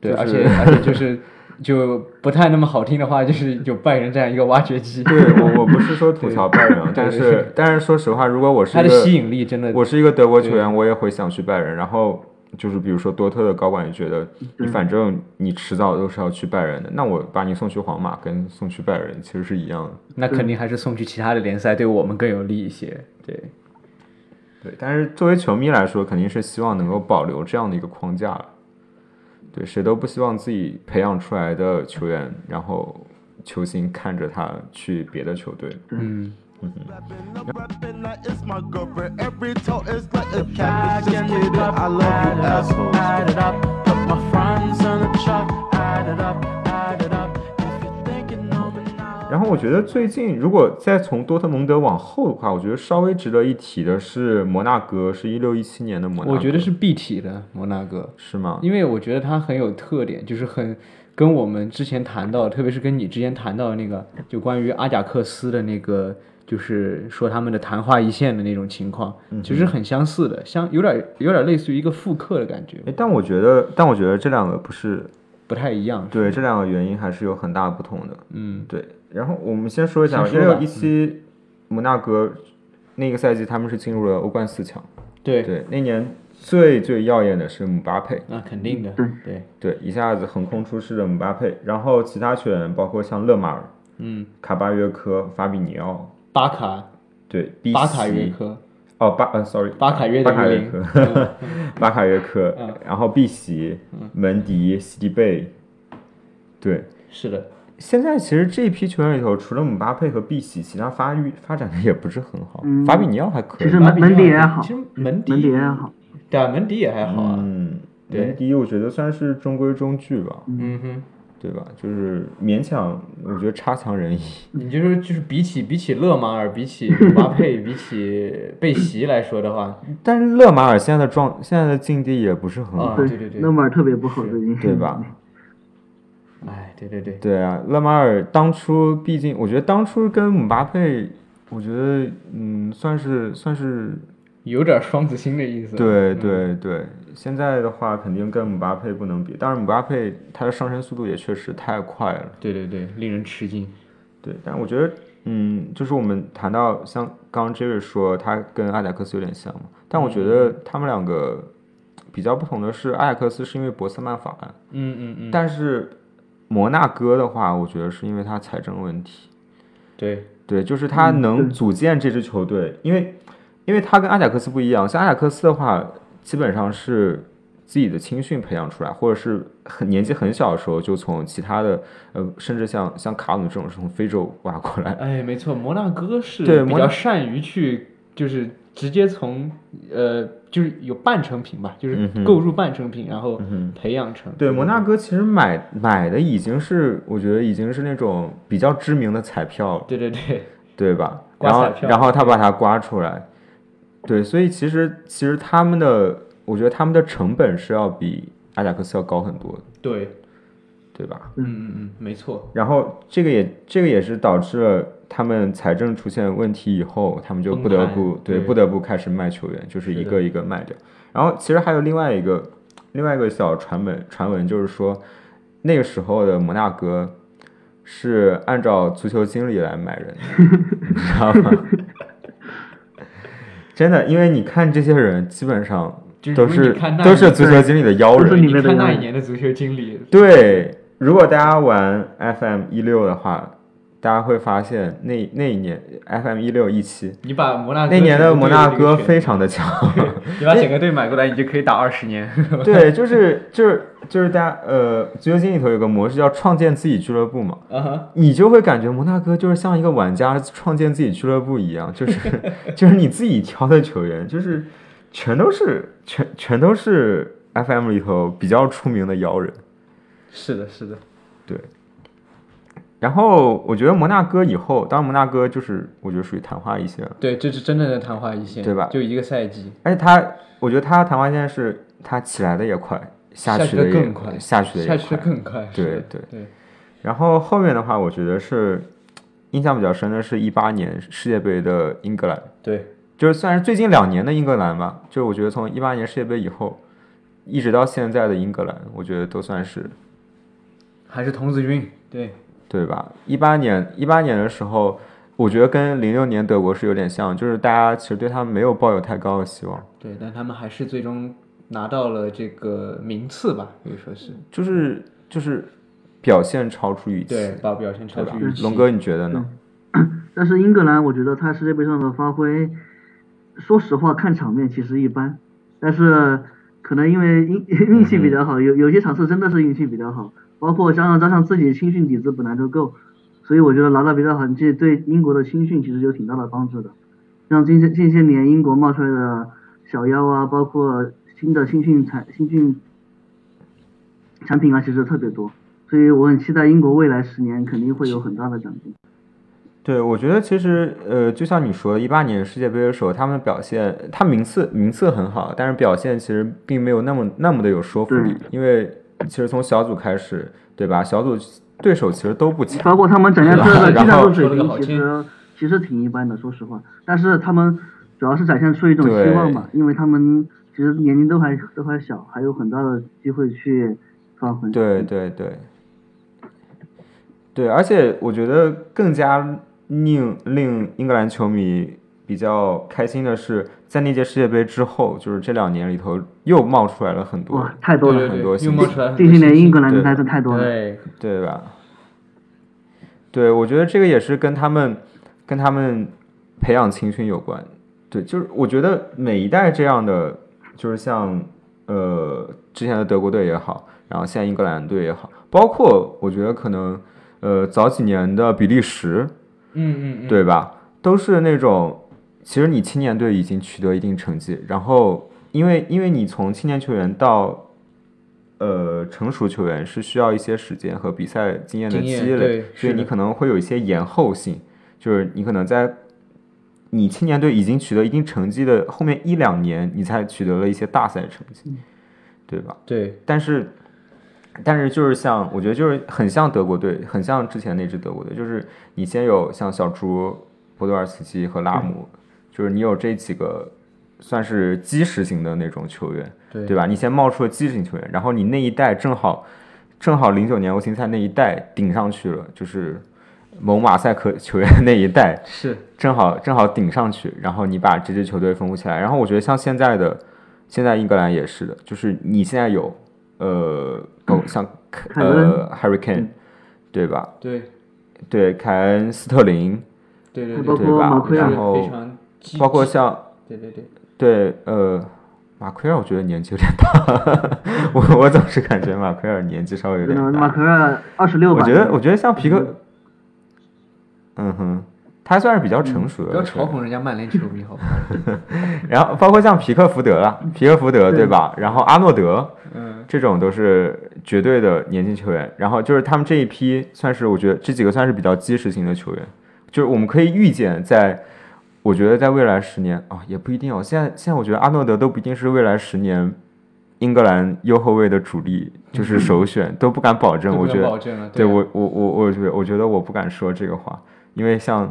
S3: 对，
S2: 就
S3: 而
S2: 是
S3: 且而且就是就不太那么好听的话，就是有拜仁这样一个挖掘机，
S2: 对 我我不是 说吐槽拜仁啊，但
S3: 对对
S2: 是但是说实话，如果我是一
S3: 它的
S2: 个
S3: 吸引力真的
S2: 我是一个德国球员，我也会想去拜仁。然后就是比如说多特的高管也觉得，你反正你迟早都是要去拜仁的，那我把你送去皇马跟送去拜仁其实是一样的。
S3: 那肯定还是送去其他的联赛对我们更有利一些。对，
S2: 对，但是作为球迷来说，肯定是希望能够保留这样的一个框架。对，谁都不希望自己培养出来的球员，然后球星看着他去别的球队。
S3: 嗯，
S5: Rapping, I'm rapping like it's my girlfriend. Every talk is like a
S1: I
S5: cat. Just
S1: can
S5: get it,
S1: it up,
S5: I love you,
S1: add it
S5: asshole.
S1: up, add it up. Put my friends on the truck, add it up, add it up. If you're thinking on me now.
S2: 然后我觉得最近如果再从多特蒙德往后的话，我觉得稍微值得一提的是摩纳哥，是一六一七年的摩纳哥，
S3: 我觉得是必体的摩纳哥，
S2: 是吗？
S3: 因为我觉得它很有特点，就是很跟我们之前谈到，特别是跟你之前谈到的那个，就关于阿贾克斯的那个，就是说他们的昙花一现的那种情况，
S2: 嗯
S3: 其实很相似的，像有点有点类似于一个复刻的感觉，
S2: 哎，但我觉得，但我觉得这两个不是
S3: 不太一样。
S2: 对，这两个原因还是有很大不同的。
S3: 嗯，
S2: 对，然后我们先说一下，
S3: 先
S2: 因
S3: 说
S2: 为
S3: 吧
S2: 有一期摩纳哥那个赛季他们是进入了欧冠四强，
S3: 对，
S2: 对，那年最最耀眼的是姆巴佩，
S3: 那肯定的，
S4: 嗯对
S3: 对，
S2: 对，一下子横空出世的姆巴佩，然后其他球员包括像勒马尔、
S3: 嗯，
S2: 卡巴约科、法比尼奥，
S3: 巴卡
S2: 对，B
S3: 巴卡约
S2: C
S3: 科，
S2: 哦，巴呃，sorry，
S3: 巴卡约的
S2: 巴卡
S3: 约嗯
S2: 约
S3: 林
S2: 科，巴卡约科，然后碧玺、
S3: 嗯
S2: 门迪、西迪贝，对，
S3: 是的，
S2: 现在其实这一批球员里头，除了姆巴佩和碧玺，其他发育发展的也不是很好。
S4: 嗯
S2: 法比尼奥还可以
S4: 其实
S2: 吧，
S4: 门门迪也好
S3: 其实门迪
S4: 门迪也好，
S3: 对啊，门迪也还好啊，
S2: 嗯，
S3: 对
S2: 门迪我觉得算是中规中矩吧，
S3: 嗯哼，
S2: 对吧？就是勉强，我觉得差强人意。
S3: 你就说就是比起比起勒马尔，比起姆巴佩，比起贝席来说的话，
S2: 但是勒马尔现在的状，现在的境地也不是很好，
S3: 啊对对对
S4: 勒马尔特别不好
S3: 是
S4: 最近，
S2: 对吧？
S3: 哎，对对对，
S2: 对啊，勒马尔当初毕竟，我觉得当初跟姆巴佩，我觉得嗯，算是算是
S3: 有点双子星的意思，
S2: 对
S3: 嗯，
S2: 对对。现在的话，肯定跟姆巴佩不能比，但是姆巴佩他的上升速度也确实太快了。
S3: 对对对，令人吃惊，
S2: 对，但我觉得，嗯，就是我们谈到像刚刚 Jerry 说，他跟阿贾克斯有点像嘛，但我觉得
S3: 嗯
S2: 他们两个比较不同的是，阿贾克斯是因为博斯曼法案，
S3: 嗯嗯嗯，
S2: 但是摩纳哥的话，我觉得是因为他财政问题。
S3: 对，
S2: 对，就是他
S3: 嗯
S2: 能组建这支球队，因为因为他跟阿贾克斯不一样，像阿贾克斯的话，基本上是自己的青训培养出来，或者是很年纪很小的时候就从其他的呃，甚至像像卡努这种是从非洲挖过来。
S3: 哎，没错，摩纳哥是
S2: 对
S3: 比
S2: 摩
S3: 较
S2: 纳
S3: 善于去，就是直接从呃，就是有半成品吧，就是
S2: 嗯哼
S3: 购入半成品，然后
S2: 哼
S3: 培养成。
S2: 对，摩纳哥其实买买的已经是，我觉得已经是那种比较知名的彩票了，
S3: 对对对，
S2: 对吧？
S3: 刮
S2: 然后
S3: 彩票
S2: 然后他把它刮出来，对，所以其实其实他们的，我觉得他们的成本是要比阿贾克斯要高很多的，
S3: 对，
S2: 对吧？
S3: 嗯嗯嗯，没错，
S2: 然后这个也这个也是导致了他们财政出现问题以后，他们就不得
S3: 崩
S2: 不
S3: 盘
S2: 对
S3: 对
S2: 不得不开始卖球员，就是一个一个卖掉。然后其实还有另外一个另外一个小传闻传闻就是说，那个时候的摩纳哥是按照足球经理来买人 的，你知道吗？真的，因为你看这些人基本上
S3: 就是
S2: 都
S3: 如果你
S2: 是
S3: 看那
S2: 都
S3: 一
S2: 是足球经理的妖
S4: 都
S2: 人
S4: 是，你
S3: 你
S4: 们的
S3: 看那
S4: 原
S3: 一
S4: 因
S3: 年的足球经理，
S2: 对，如果大家玩 FM 一六的话，大家会发现那那一年 FM 一六一七
S3: 你把摩纳哥
S2: 那年的
S3: 整个
S2: 摩
S3: 队
S2: 纳
S3: 这个
S2: 哥
S3: 选
S2: 非常的 强，
S3: 你把整个队买过来，你就可以打二十年。
S2: 对，就是就是就是大家呃，足球经理里头有个模式叫创建自己俱乐部嘛，
S3: 啊哈，
S2: 你就会感觉摩纳哥就是像一个玩家创建自己俱乐部一样，就是 就是你自己挑的球员，就是全都是全全都是 FM 里头比较出名的妖人。
S3: 是的，是的，
S2: 对。然后我觉得摩纳哥以后，当然摩纳哥就是我觉得属于昙花一现，
S3: 对，这是真正的昙花一现，
S2: 对吧
S3: 就一个赛季，
S2: 而且他，我觉得他昙花一现是他起来的也快，下去
S3: 的
S2: 也
S3: 更快，
S2: 下去的
S3: 下
S2: 也
S3: 去的更快。是的
S2: 对对
S3: 对，
S2: 然后后面的话，我觉得是印象比较深的是一八年世界杯的英格兰，
S3: 对，
S2: 就是算是最近两年的英格兰吧，就是我觉得从一八年世界杯以后，一直到现在的英格兰，我觉得都算是
S3: 还是童子军，对，
S2: 对吧？一八年一八年的时候，我觉得跟零六年德国是有点像，就是大家其实对他们没有抱有太高的希望，
S3: 对，但他们还是最终拿到了这个名次吧，可以说是
S2: 就是就是表现超出预期，
S3: 对，把表现超
S2: 对吧
S3: 出预？期。
S2: 龙哥，你觉得呢？
S4: 但是英格兰，我觉得他世界杯上的发挥，说实话看场面其实一般，但是可能因为运运气比较好，有有些场次真的是运气比较好，包括加上加上自己青训底子本来就够，所以我觉得拿到比较好成绩对英国的青训其实有挺大的帮助的。像近些近些年英国冒出来的小妖啊，包括新的青训产青训产品啊，其实特别多，所以我很期待英国未来十年肯定会有很大的长进。
S2: 对，我觉得其实呃，就像你说的，一八年世界杯的时候，他们的表现，他名次名次很好，但是表现其实并没有那么那么的有说服力，因为其实从小组开始，对吧？小组对手其实都不强，
S4: 包括他们展现出来的技战术水
S3: 然后
S4: 平，其实其实挺一般的，说实话。但是他们主要是展现出一种
S2: 对
S4: 希望嘛，因为他们其实年龄都还都还小，还有很大的机会去发挥。
S2: 对对对，对，而且我觉得更加令令英格兰球迷比较开心的是，在那届世界杯之后，就是这两年里头又冒出来了很多
S4: 哇，太多
S3: 对
S4: 了，
S2: 很
S3: 对
S2: 多
S3: 对，又
S2: 信
S3: 冒
S2: 息
S3: 出来很
S4: 这
S3: 多
S4: 些年
S3: 信息
S4: 英格兰
S2: 对
S4: 的赛事太多了，
S3: 对，
S2: 对吧？对，我觉得这个也是跟他们跟他们培养青训有关。对，就是我觉得每一代这样的，就是像呃之前的德国队也好，然后现在英格兰队也好，包括我觉得可能呃早几年的比利时，
S3: 嗯嗯嗯，
S2: 对吧？都是那种，其实你青年队已经取得一定成绩，然后因为因为你从青年球员到呃成熟球员是需要一些时间和比赛经验的
S3: 经验
S2: 积累
S3: 对，
S2: 所以
S3: 是的
S2: 你可能会有一些延后性，就是你可能在。你青年队已经取得一定成绩的后面一两年，你才取得了一些大赛成绩，
S3: 嗯
S2: 对吧？
S3: 对
S2: 但是，但是就是像我觉得就是很像德国队，很像之前那支德国队，就是你先有像小猪、博多尔斯基和拉姆，就是你有这几个算是基石型的那种球员，
S3: 对
S2: 对吧？你先冒出了基石型球员，然后你那一代正好正好零九年欧青赛那一代顶上去了，就是某马赛克球员那一代，
S3: 是，
S2: 正好正好顶上去，然后你把这支球队丰富起来。然后我觉得像现在的，现在英格兰也是的，就是你现在有呃，狗像
S4: 凯恩嗯
S2: 呃 Hurricane，对吧？
S3: 对
S2: 对，凯恩、斯特林，
S3: 对对对，
S4: 包
S2: 对
S4: 括马
S2: 吧？
S4: 奎尔
S2: 然
S3: 是
S2: 后
S3: 非常积
S2: 包括
S3: 极
S2: 像
S3: 对对对，
S2: 对呃，马奎尔，我觉得年纪有点大， 我我总是感觉马奎尔年纪稍微有
S4: 可
S2: 点
S4: 能
S2: 大。
S4: 马奎尔二十六吧，
S2: 我觉得，我觉得像皮克，嗯哼，他算是比较成熟的
S3: 不
S2: 球
S3: 要
S2: 员，
S3: 嘲讽人家曼联球迷好 不好？
S2: 然后包括像皮克福德啦，皮克福德
S4: 对
S2: 对吧？然后阿诺德
S3: 嗯，
S2: 这种都是绝对的年轻球员。然后就是他们这一批，算是我觉得这几个算是比较基石型的球员，就是我们可以预见在。我觉得在未来十年啊，也不一定哦。现在现在我觉得阿诺德都不一定是未来十年英格兰右后卫的主 力，就是首选，都不敢保证。
S3: 都不
S2: 我
S3: 能
S2: 觉得
S3: 保证了，
S2: 对
S3: 啊
S2: 我我我我觉得我觉得我不敢说这个话，因为像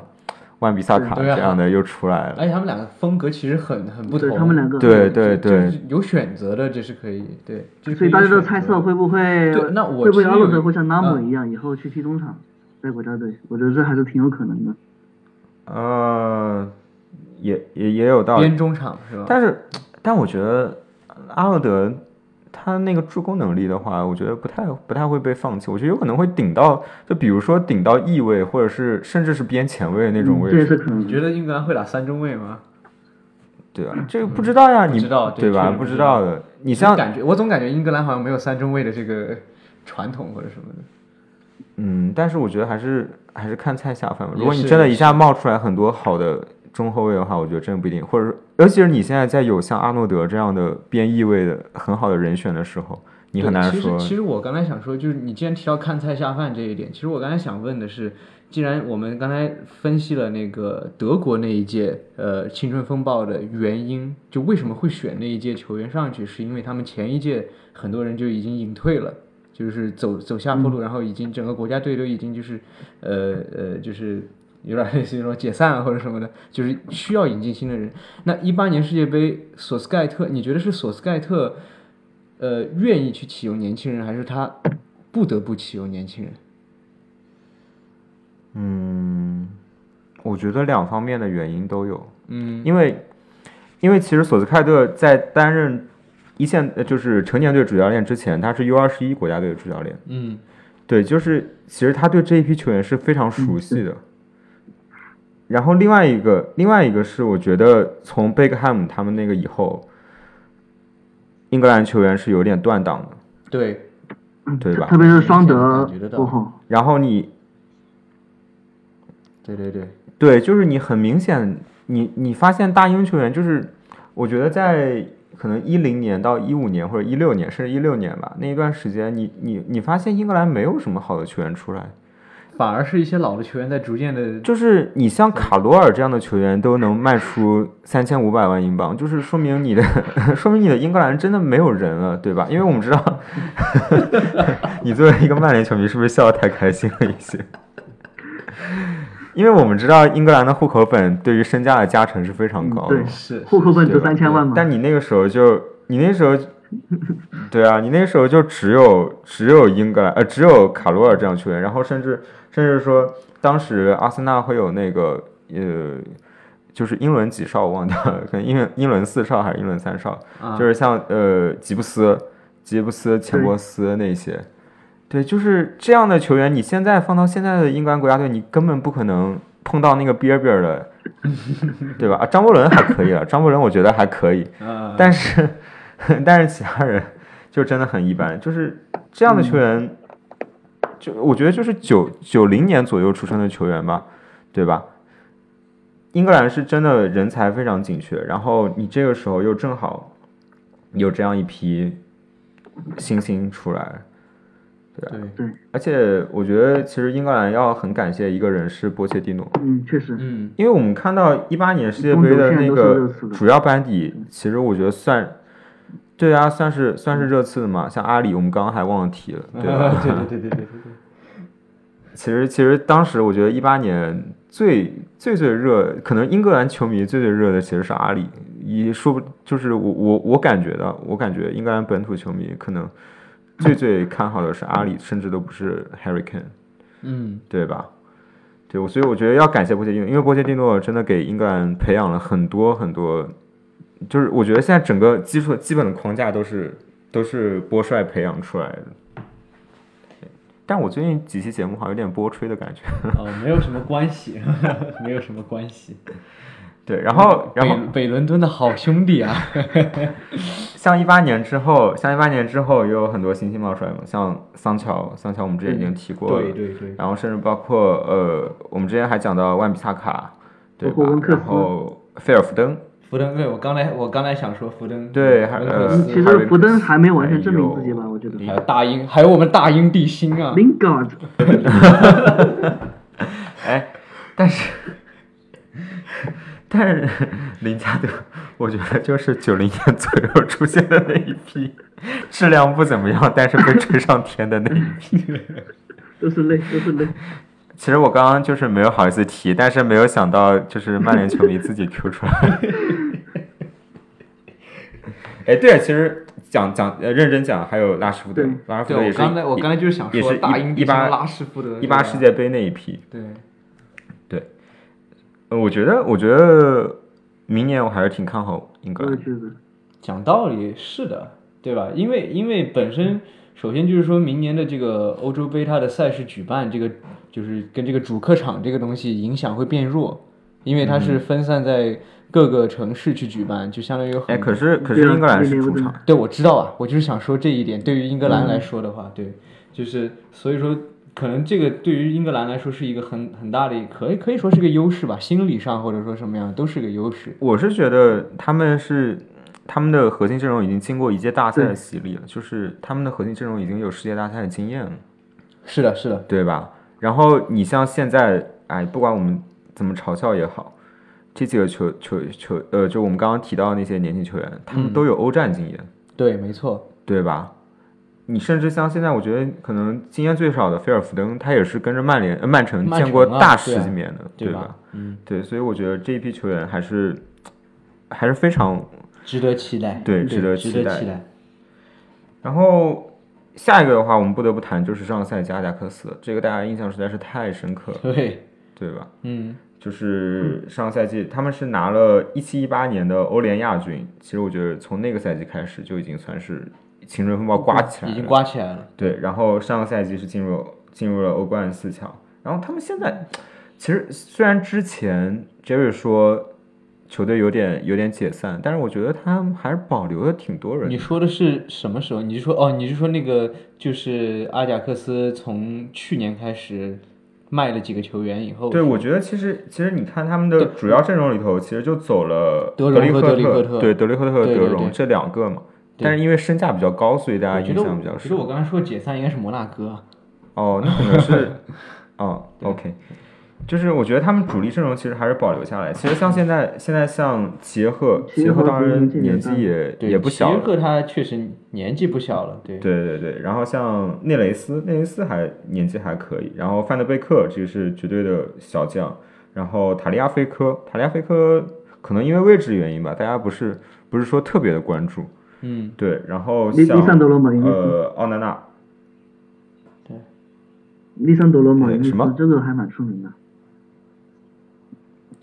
S2: 万比萨卡
S3: 对啊
S2: 这样的又出来了。
S3: 而且他们两个风格其实很很不
S4: 对
S3: 同，
S4: 他们两个，
S2: 对对
S3: 就
S2: 对
S3: 就是有选择的，这是可以，对，这是可
S4: 所以大家都
S3: 有选
S4: 猜
S3: 择
S4: 测
S3: 的
S4: 会不会
S3: 对那我
S4: 会不会
S3: 其实
S4: 阿洛德
S3: 有
S4: 会像拉姆
S3: 嗯
S4: 一样，以后去踢中场，在国家队，我觉得这还是挺有可能的。
S2: 呃，也也也有道理
S3: 边，中场是吧？
S2: 但是但我觉得阿诺德他那个助攻能力的话，我觉得不太不太会被放弃，我觉得有可能会顶到，就比如说顶到翼位，或者是甚至是边前卫那种
S4: 嗯
S2: 位
S4: 这也是
S2: 置，
S4: 可能
S3: 你
S4: 的。
S3: 觉得英格兰会打三中卫吗？
S2: 对吧？
S4: 嗯
S2: 这个不知道呀，你
S3: 知道对
S2: 对吧？
S3: 确实
S2: 不
S3: 不
S2: 知
S3: 知
S2: 道
S3: 道
S2: 的，你像
S3: 感觉我总感觉英格兰好像没有三中卫的这个传统或者什么的。
S2: 嗯，但是我觉得还是还是看菜下饭吧。如
S3: 也
S2: 果你
S3: 是
S2: 真的
S3: 也
S2: 一下冒出来很多好的中后卫的话，我觉得真的不一定，或者说，尤其是你现在在有像阿诺德这样的边翼位的很好的人选的时候，你很
S3: 对
S2: 难
S3: 其
S2: 说
S3: 实。其实我刚才想说，就是你既然提到看菜下饭这一点，其实我刚才想问的是，既然我们刚才分析了那个德国那一届呃青春风暴的原因，就为什么会选那一届球员上去，是因为他们前一届很多人就已经隐退了。就是走走下坡路，然后已经整个国家队都已经就是，呃呃，就是有点类似于说解散啊或者什么的，就是需要引进新的人。那一八年世界杯，索斯盖特，你觉得是索斯盖特，呃，愿意去启用年轻人，还是他不得不启用年轻人？
S2: 嗯，我觉得两方面的原因都有，
S3: 嗯，
S2: 因为因为其实索斯盖特在担任一线呃就是成年队主教练之前，他是 U 二十一国家队的主教练。
S3: 嗯，
S2: 对，就是其实他对这一批球员是非常熟悉的。然后另外一个，另外一个是我觉得从贝克汉姆他们那个以后，英格兰球员是有点断档的，
S3: 对，
S2: 对吧
S4: 特？别是双德
S3: 感觉得到
S4: 过后，
S2: 然后你
S3: 对对对，
S2: 对，就是你很明显，你你发现大英球员就是，我觉得在可能一零年到一五年或者一六年，甚至一六年吧那一段时间，你你你发现英格兰没有什么好的球员出来，
S3: 反而是一些老的球员在逐渐的，
S2: 就是你像卡罗尔这样的球员都能卖出三千五百万英镑，就是说明你的， 说明你的英格兰真的没有人了，对吧？因为我们知道， 你作为一个曼联球迷，是不是笑得太开心了一些？ 因为我们知道英格兰的户口本对于身价的加成是非常高的，
S4: 对
S3: 是
S4: 户口本
S2: 对
S4: 值
S2: 吧
S4: 三千万嘛，
S2: 但你那个时候就，你那时候，对啊，你那时候就只有只有英格兰，呃，只有卡罗尔这样球员，然后甚至甚至说，当时阿森纳会有那个呃，就是英伦几少我忘掉了， 可能英伦英伦四少还是英伦三少，
S3: 啊，
S2: 就是像呃吉布斯、吉布斯、钱伯斯那些，对，就是这样的球员，你现在放到现在的英格兰国家队，你根本不可能碰到那个比尔比尔的，对吧？啊，张伯伦还可以了，张伯伦我觉得还可以，
S3: 啊，
S2: 但是 但是其他人就真的很一般，就是这样的球员，就我觉得就是九九零年左右出生的球员吧，对吧？英格兰是真的人才非常紧缺，然后你这个时候又正好有这样一批新星出来，
S3: 对，
S2: 而且我觉得其实英格兰要很感谢一个人是波切蒂诺，
S4: 嗯，确实，
S3: 嗯，
S2: 因为我们看到一八年世界杯的那个主要班底，其实我觉得算，对啊，算是算是热刺的嘛。像阿里，我们刚刚还忘了提了，对吧？
S3: 对对对对对对对，
S2: 其实其实当时我觉得一八年最最最热，可能英格兰球迷最最热的其实是阿里，也说不就是我我我感觉的，我感觉英格兰本土球迷可能最最看好的是阿里，甚至都不是 Harry Kane。
S3: 嗯，
S2: 对吧？对，我所以我觉得要感谢波切蒂诺，因为波切蒂诺真的给英格兰培养了很多很多，就是我觉得现在整个基础基本的框架都是都是波帅培养出来的。但我最近几期节目好像有点波吹的感觉。
S3: 哦，没有什么关系， 没有什么关系。
S2: 对，然
S4: 嗯
S2: 后然后
S3: 北北伦敦的好兄弟啊，
S2: 像一八年之后，像一八年之后也有很多新星冒出来嘛，像桑乔，桑乔我们之
S4: 嗯
S2: 前已经提过了，
S3: 对对对，
S2: 然后甚至包括呃，我们之前还讲到万比萨卡，对
S4: 包括
S2: 吧
S4: 温？克斯
S2: 然后菲尔福登，
S3: 福登，对我刚才我刚才想说福登，
S2: 对，还
S3: 福登
S2: 呃
S3: 克，
S4: 其
S3: 斯
S4: 实福登还没完全证明自己吧
S2: 还有
S4: 我觉得
S3: 还有大英，还有我们大英帝星啊，
S4: Lingard，
S2: 哎，但是，但是林加德，我觉得就是九零年左右出现的那一批，质量不怎么样，但是被吹上天的那一批。
S4: 都是泪，都是泪。
S2: 其实我刚刚就是没有好意思提，但是没有想到就是曼联球迷自己 Q 出来。哎，对，其实讲讲呃认真讲，还有拉什福德
S4: 对，
S2: 拉什福德
S3: 对
S2: 也
S3: 我
S2: 是
S3: 刚才我刚才就是想
S2: 也
S3: 说
S2: 是
S3: 大英
S2: 一
S3: 帝星
S2: 八
S3: 拉什福德
S2: 一八世界杯那一批。
S3: 对吧，
S2: 呃我觉得，我觉得明年我还是挺看好英格
S4: 我也
S2: 兰。
S4: 觉得，
S3: 讲道理是的，对吧？因为因为本
S2: 嗯
S3: 身首先就是说明年的这个欧洲杯它的赛事举办，这个就是跟这个主客场这个东西影响会变弱，因为它
S2: 嗯
S3: 是分散在各个城市去举办，就相当于有
S2: 哎，
S3: 很
S2: 可是可是
S4: 对啊
S2: 英格兰是
S4: 对
S2: 主
S4: 对
S2: 场，
S3: 对，我知道啊，我就是想说这一点。对于英格
S2: 嗯
S3: 兰来说的话，对，就是所以说，可能这个对于英格兰来说是一个很很大的，可以可以说是个优势吧，心理上或者说什么样都是个优势。
S2: 我是觉得他们是他们的核心阵容已经经过一届大赛的洗礼了，就是他们的核心阵容已经有世界大赛的经验了，
S3: 是的，是的，
S2: 对吧？然后你像现在，哎，不管我们怎么嘲笑也好，这几个球球球呃，就我们刚刚提到的那些年轻球员，他们
S3: 嗯
S2: 都有欧战经验。
S3: 对，没错，
S2: 对吧？你甚至像现在，我觉得可能经验最少的菲尔福登，他也是跟着曼联、呃曼城
S3: 曼
S2: 见过
S3: 城啊
S2: 大世
S3: 对啊
S2: 面的，对
S3: 吧？
S2: 吧？
S3: 嗯，
S2: 对，所以我觉得这一批球员还是还是非常
S3: 值得期待，
S2: 对值
S3: 值
S2: 得期
S3: 期
S2: 待然后下一个的话，我们不得不谈就是上赛季阿贾克斯，这个大家印象实在是太深刻了，
S3: 对，
S2: 对吧？
S3: 嗯，
S2: 就是上赛季他们是拿了一七一八年的欧联亚军，其实我觉得从那个赛季开始就已经算是青春风暴刮起来
S3: 已
S2: 了，
S3: 经刮起来了。
S2: 对，然后上个赛季是进入进入了欧冠四强，然后他们现在其实虽然之前 Jerry 说球队有点有点解散，但是我觉得他们还是保留了挺多人
S3: 你
S2: 的。
S3: 说的是什么时候？你是说哦，你是说那个就是阿贾克斯从去年开始卖了几个球员以后？
S2: 对，
S3: 是吗
S2: 我觉得其实其实你看他们的主要阵容里头，其实就走了
S3: 德容
S2: 利
S3: 和
S2: 赫
S3: 德里赫特
S2: 对德利赫特和
S3: 对
S2: 德
S3: 对
S2: 容
S3: 对
S2: 这两个嘛。但是因为身价比较高，所以大家
S3: 我觉
S2: 印
S3: 得
S2: 象
S3: 我
S2: 比较
S3: 觉
S2: 深
S3: 得。我刚才说解散应该是摩纳哥。啊
S2: 哦，那可能 是，哦，OK，就是我觉得他们主力阵容其实还是保留下来。其实像现在，现在像齐耶赫，齐
S4: 齐
S2: 耶
S4: 耶
S2: 赫
S4: 赫
S2: 当
S4: 不是
S2: 然
S4: 进
S2: 年
S4: 联
S2: 纪
S4: 赛
S2: 也
S3: 对，
S2: 也不小
S3: 齐耶赫
S2: 了，
S3: 他确实年纪不小了，对，
S2: 对对对。然后像内雷斯，内雷斯还年纪还可以。然后范德贝克这个是绝对的小将。然后塔利亚菲科，塔利亚菲科可能因为位置原因吧，大家不是不是说特别的关注。
S3: 嗯，
S2: 对，然后
S4: 利
S2: 像
S4: 利桑德罗马因为
S2: 呃奥纳纳，
S4: 利桑德罗马
S2: 哎
S4: 因为
S2: 什么哦
S4: 这个还蛮出名的，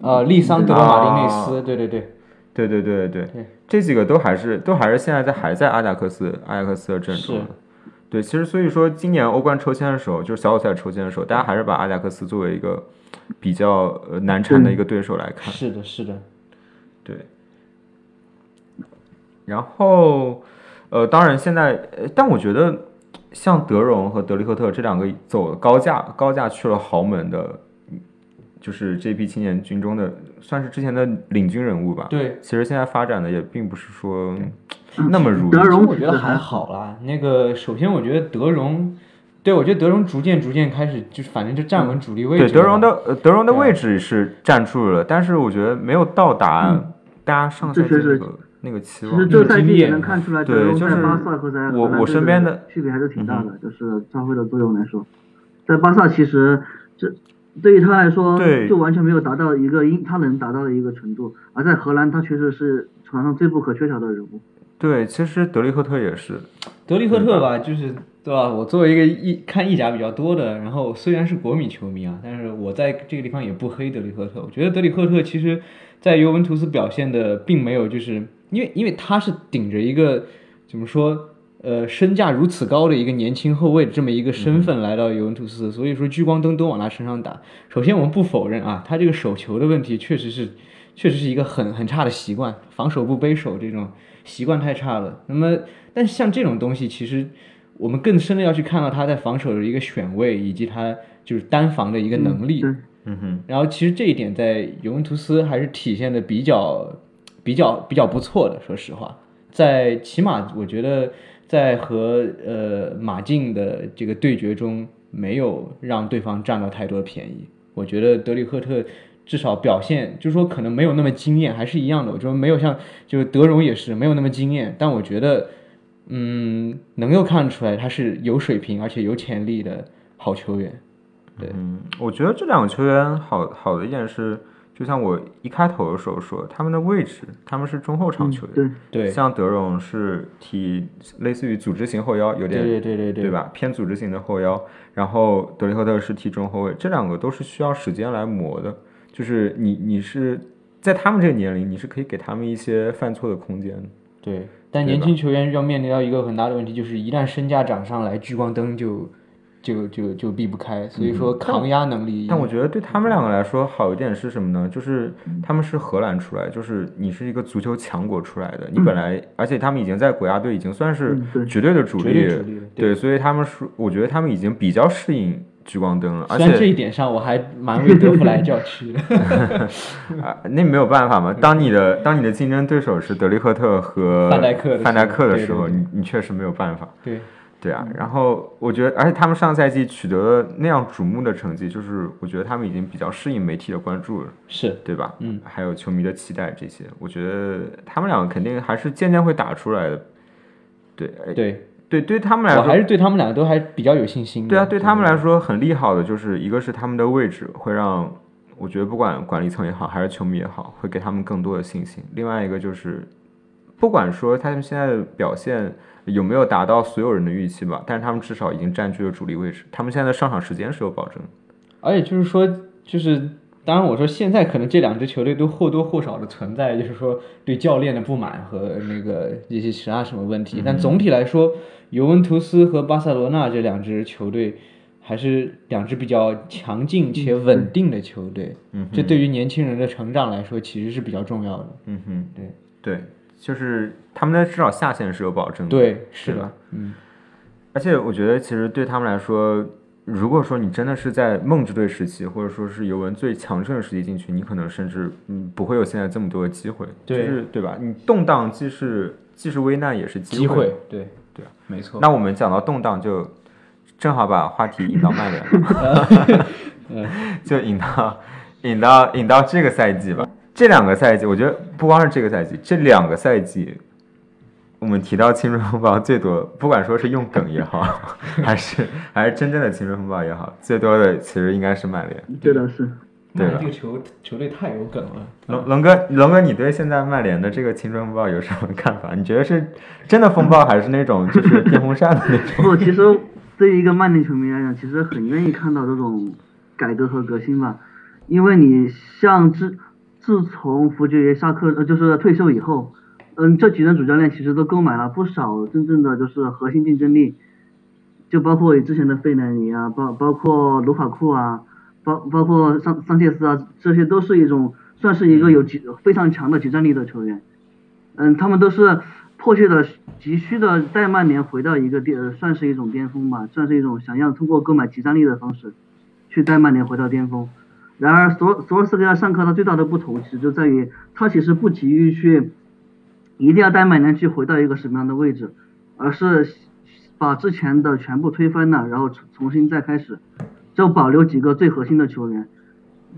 S3: 呃，利桑德罗马丁内斯，
S2: 啊
S3: 对对对，
S2: 对对对对
S3: 对
S2: 对，这几个都还是都还是现在在还在阿贾克斯阿贾克斯的阵中
S3: 是。
S2: 对，其实所以说今年欧冠抽签的时候，就是小组赛抽签的时候，大家还是把阿贾克斯作为一个比较呃难缠的一个对手来看。
S3: 是的，是的，
S2: 对。然后，呃，当然现在，呃但我觉得像德容和德利赫特这两个走高价高价去了豪门的，就是这批青年军中的，算是之前的领军人物吧。
S3: 对。
S2: 其实现在发展的也并不是说那么如意。
S4: 嗯德容
S3: 我觉得还好啦。那个，首先我觉得德容，对我觉得德容逐渐逐渐开始就是反正就站稳主力位置
S2: 对
S3: 了。
S2: 德容的呃德容的
S3: 对
S2: 位置是站住了，但是我觉得没有到达大家上赛季
S4: 嗯对对
S2: 那
S4: 对
S2: 个那个期
S4: 其实
S2: 望。
S4: 这
S3: 有
S4: 个赛
S3: 经
S4: 季也
S3: 验
S4: 能看出来，
S2: 对
S4: 德容
S2: 就
S4: 在
S2: 是
S4: 巴萨和在
S2: 我
S4: 荷兰
S2: 我
S4: 队
S2: 身边的嗯
S4: 区别还是挺大的，就是发挥的作用来说，在巴萨其实这对于他来说
S2: 对
S4: 就完全没有达到一个应他能达到的一个程度，而在荷兰他确实是场上最不可缺少的人物。
S2: 对，其实德利赫特也是，
S3: 德利赫特吧，就是对吧？我作为一个意看意甲比较多的，然后虽然是国米球迷啊，但是我在这个地方也不黑德利赫特。我觉得德里赫特其实，在尤文图斯表现的并没有，就是因为因为他是顶着一个怎么说呃身价如此高的一个年轻后卫的这么一个身份来到尤文图斯，所以说聚光灯都往他身上打。首先我们不否认啊，他这个手球的问题确实是确实是一个很很差的习惯，防守不背手这种习惯太差了。那么，但像这种东西，其实我们更深的要去看到他在防守的一个选位，以及他就是单防的一个能力。
S4: 对，
S2: 嗯哼，
S3: 然后其实这一点在尤文图斯还是体现的比较、比较、比较不错的。说实话，在起码我觉得在和呃马竞的这个对决中，没有让对方占到太多的便宜。我觉得德里赫特至少表现，就是说可能没有那么惊艳，还是一样的。我觉得没有像就是德容也是没有那么惊艳，但我觉得嗯能够看出来他是有水平而且有潜力的好球员。对，
S2: 嗯，我觉得这两个球员好好的一点是，就像我一开头的时候说，他们的位置，他们是中后场球员。
S4: 对，
S3: 嗯对，
S2: 像德容是踢类似于组织型后腰，有点
S3: 对对对对对
S2: 对吧？偏组织型的后腰，然后德雷赫特是踢中后卫，这两个都是需要时间来磨的。就是你你是在他们这个年龄，你是可以给他们一些犯错的空间的。
S3: 对，但
S2: 对
S3: 年
S2: 吧
S3: 轻球员要面临到一个很大的问题，就是一旦身价涨上来，聚光灯就就就就避不开，所
S2: 嗯
S3: 以说抗压能力。
S2: 但我觉得对他们两个来说好一点是什么呢？就是他们是荷兰出来，就是你是一个足球强国出来的，你本来而且他们已经在国家队已经算是
S4: 嗯对
S2: 绝对的主
S3: 绝
S2: 力，
S3: 嗯对主力对
S2: 对，所以他们是我觉得他们已经比较适应聚光灯了，而
S3: 虽然这一
S2: 且
S3: 点上我还蛮为德弗莱 叫屈的。
S2: 啊、那没有办法嘛，当你的当你的竞争对手是德利赫特和
S3: 范戴克的时候
S2: 范戴克的时候，
S3: 对嗯对对
S2: 你你确实没有办法。
S3: 对，
S2: 对啊，然后我觉得，而且他们上赛季取得了那样瞩目的成绩，就是我觉得他们已经比较适应媒体的关注了。
S3: 是
S2: 对吧？
S3: 嗯，
S2: 还有球迷的期待这些，我觉得他们两个肯定还是渐渐会打出来的。对，哎
S3: 对，
S2: 对，对他们来
S3: 我还
S2: 说，
S3: 是对他们两个都还比较有信心的。
S2: 对啊，对他们来说很利好的就是一个是他们的位置会让我觉得不管管理层也好，还是球迷也好，会给他们更多的信心。另外一个就是，不管说他们现在的表现有没有达到所有人的预期吧，但是他们至少已经占据了主力位置，他们现在的上场时间是有保证的。
S3: 而且就是说，就是当然我说现在可能这两支球队都或多或少的存在，就是说对教练的不满和那个一些其他什么问题。但总体来说，尤文图斯和巴塞罗那这两支球队还是两支比较强劲且稳定的球队。
S2: 嗯
S3: 这对于年轻人的成长来说，其实是比较重要的。
S2: 嗯哼，
S3: 对
S2: 对，就是他们的至少下限是有保证的。
S3: 对，是
S2: 吧
S3: 的？，嗯，
S2: 而且我觉得，其实对他们来说，如果说你真的是在梦之队时期，或者说是尤文最强盛的时期进去，你可能甚至嗯不会有现在这么多的机会，
S3: 对
S2: 就是对吧？你动荡既是既是危难，也是
S3: 机
S2: 机会。
S3: 会，对
S2: 对啊，
S3: 没错。
S2: 那我们讲到动荡，就正好把话题引到曼联了就引到引到引到这个赛季吧。这两个赛季，我觉得不光是这个赛季，这两个赛季，我们提到青春风暴最多，不管说是用梗也好，还是还是真正的青春风暴也好，最多的其实应该是曼联。
S4: 这倒是。
S2: 对
S3: 曼
S2: 吧
S3: 联这个球球队太有梗了。
S2: 龙龙哥，龙哥，你对现在曼联的这个青春风暴有什么看法？你觉得是真的风暴，还是那种就是电风扇的那种？
S4: 不，其实对于一个曼联球迷来讲，其实很愿意看到这种改革和革新吧，因为你像之自从福爵爷下课，呃，就是退休以后，嗯，这几任主教练其实都购买了不少真正的就是核心竞争力，就包括之前的费南尼啊，包包括卢卡库啊，包包括桑桑切斯啊，这些都是一种算是一个有极非常强的集战力的球员。嗯，他们都是迫切的、急需的带曼联回到一个巅，呃算是一种巅峰吧，算是一种想要通过购买集战力的方式，去带曼联回到巅峰。然而，索索尔斯克亚上课他最大的不同，其实就在于他其实不急于去一定要带曼联去回到一个什么样的位置，而是把之前的全部推翻了，然后重重新再开始，就保留几个最核心的球员，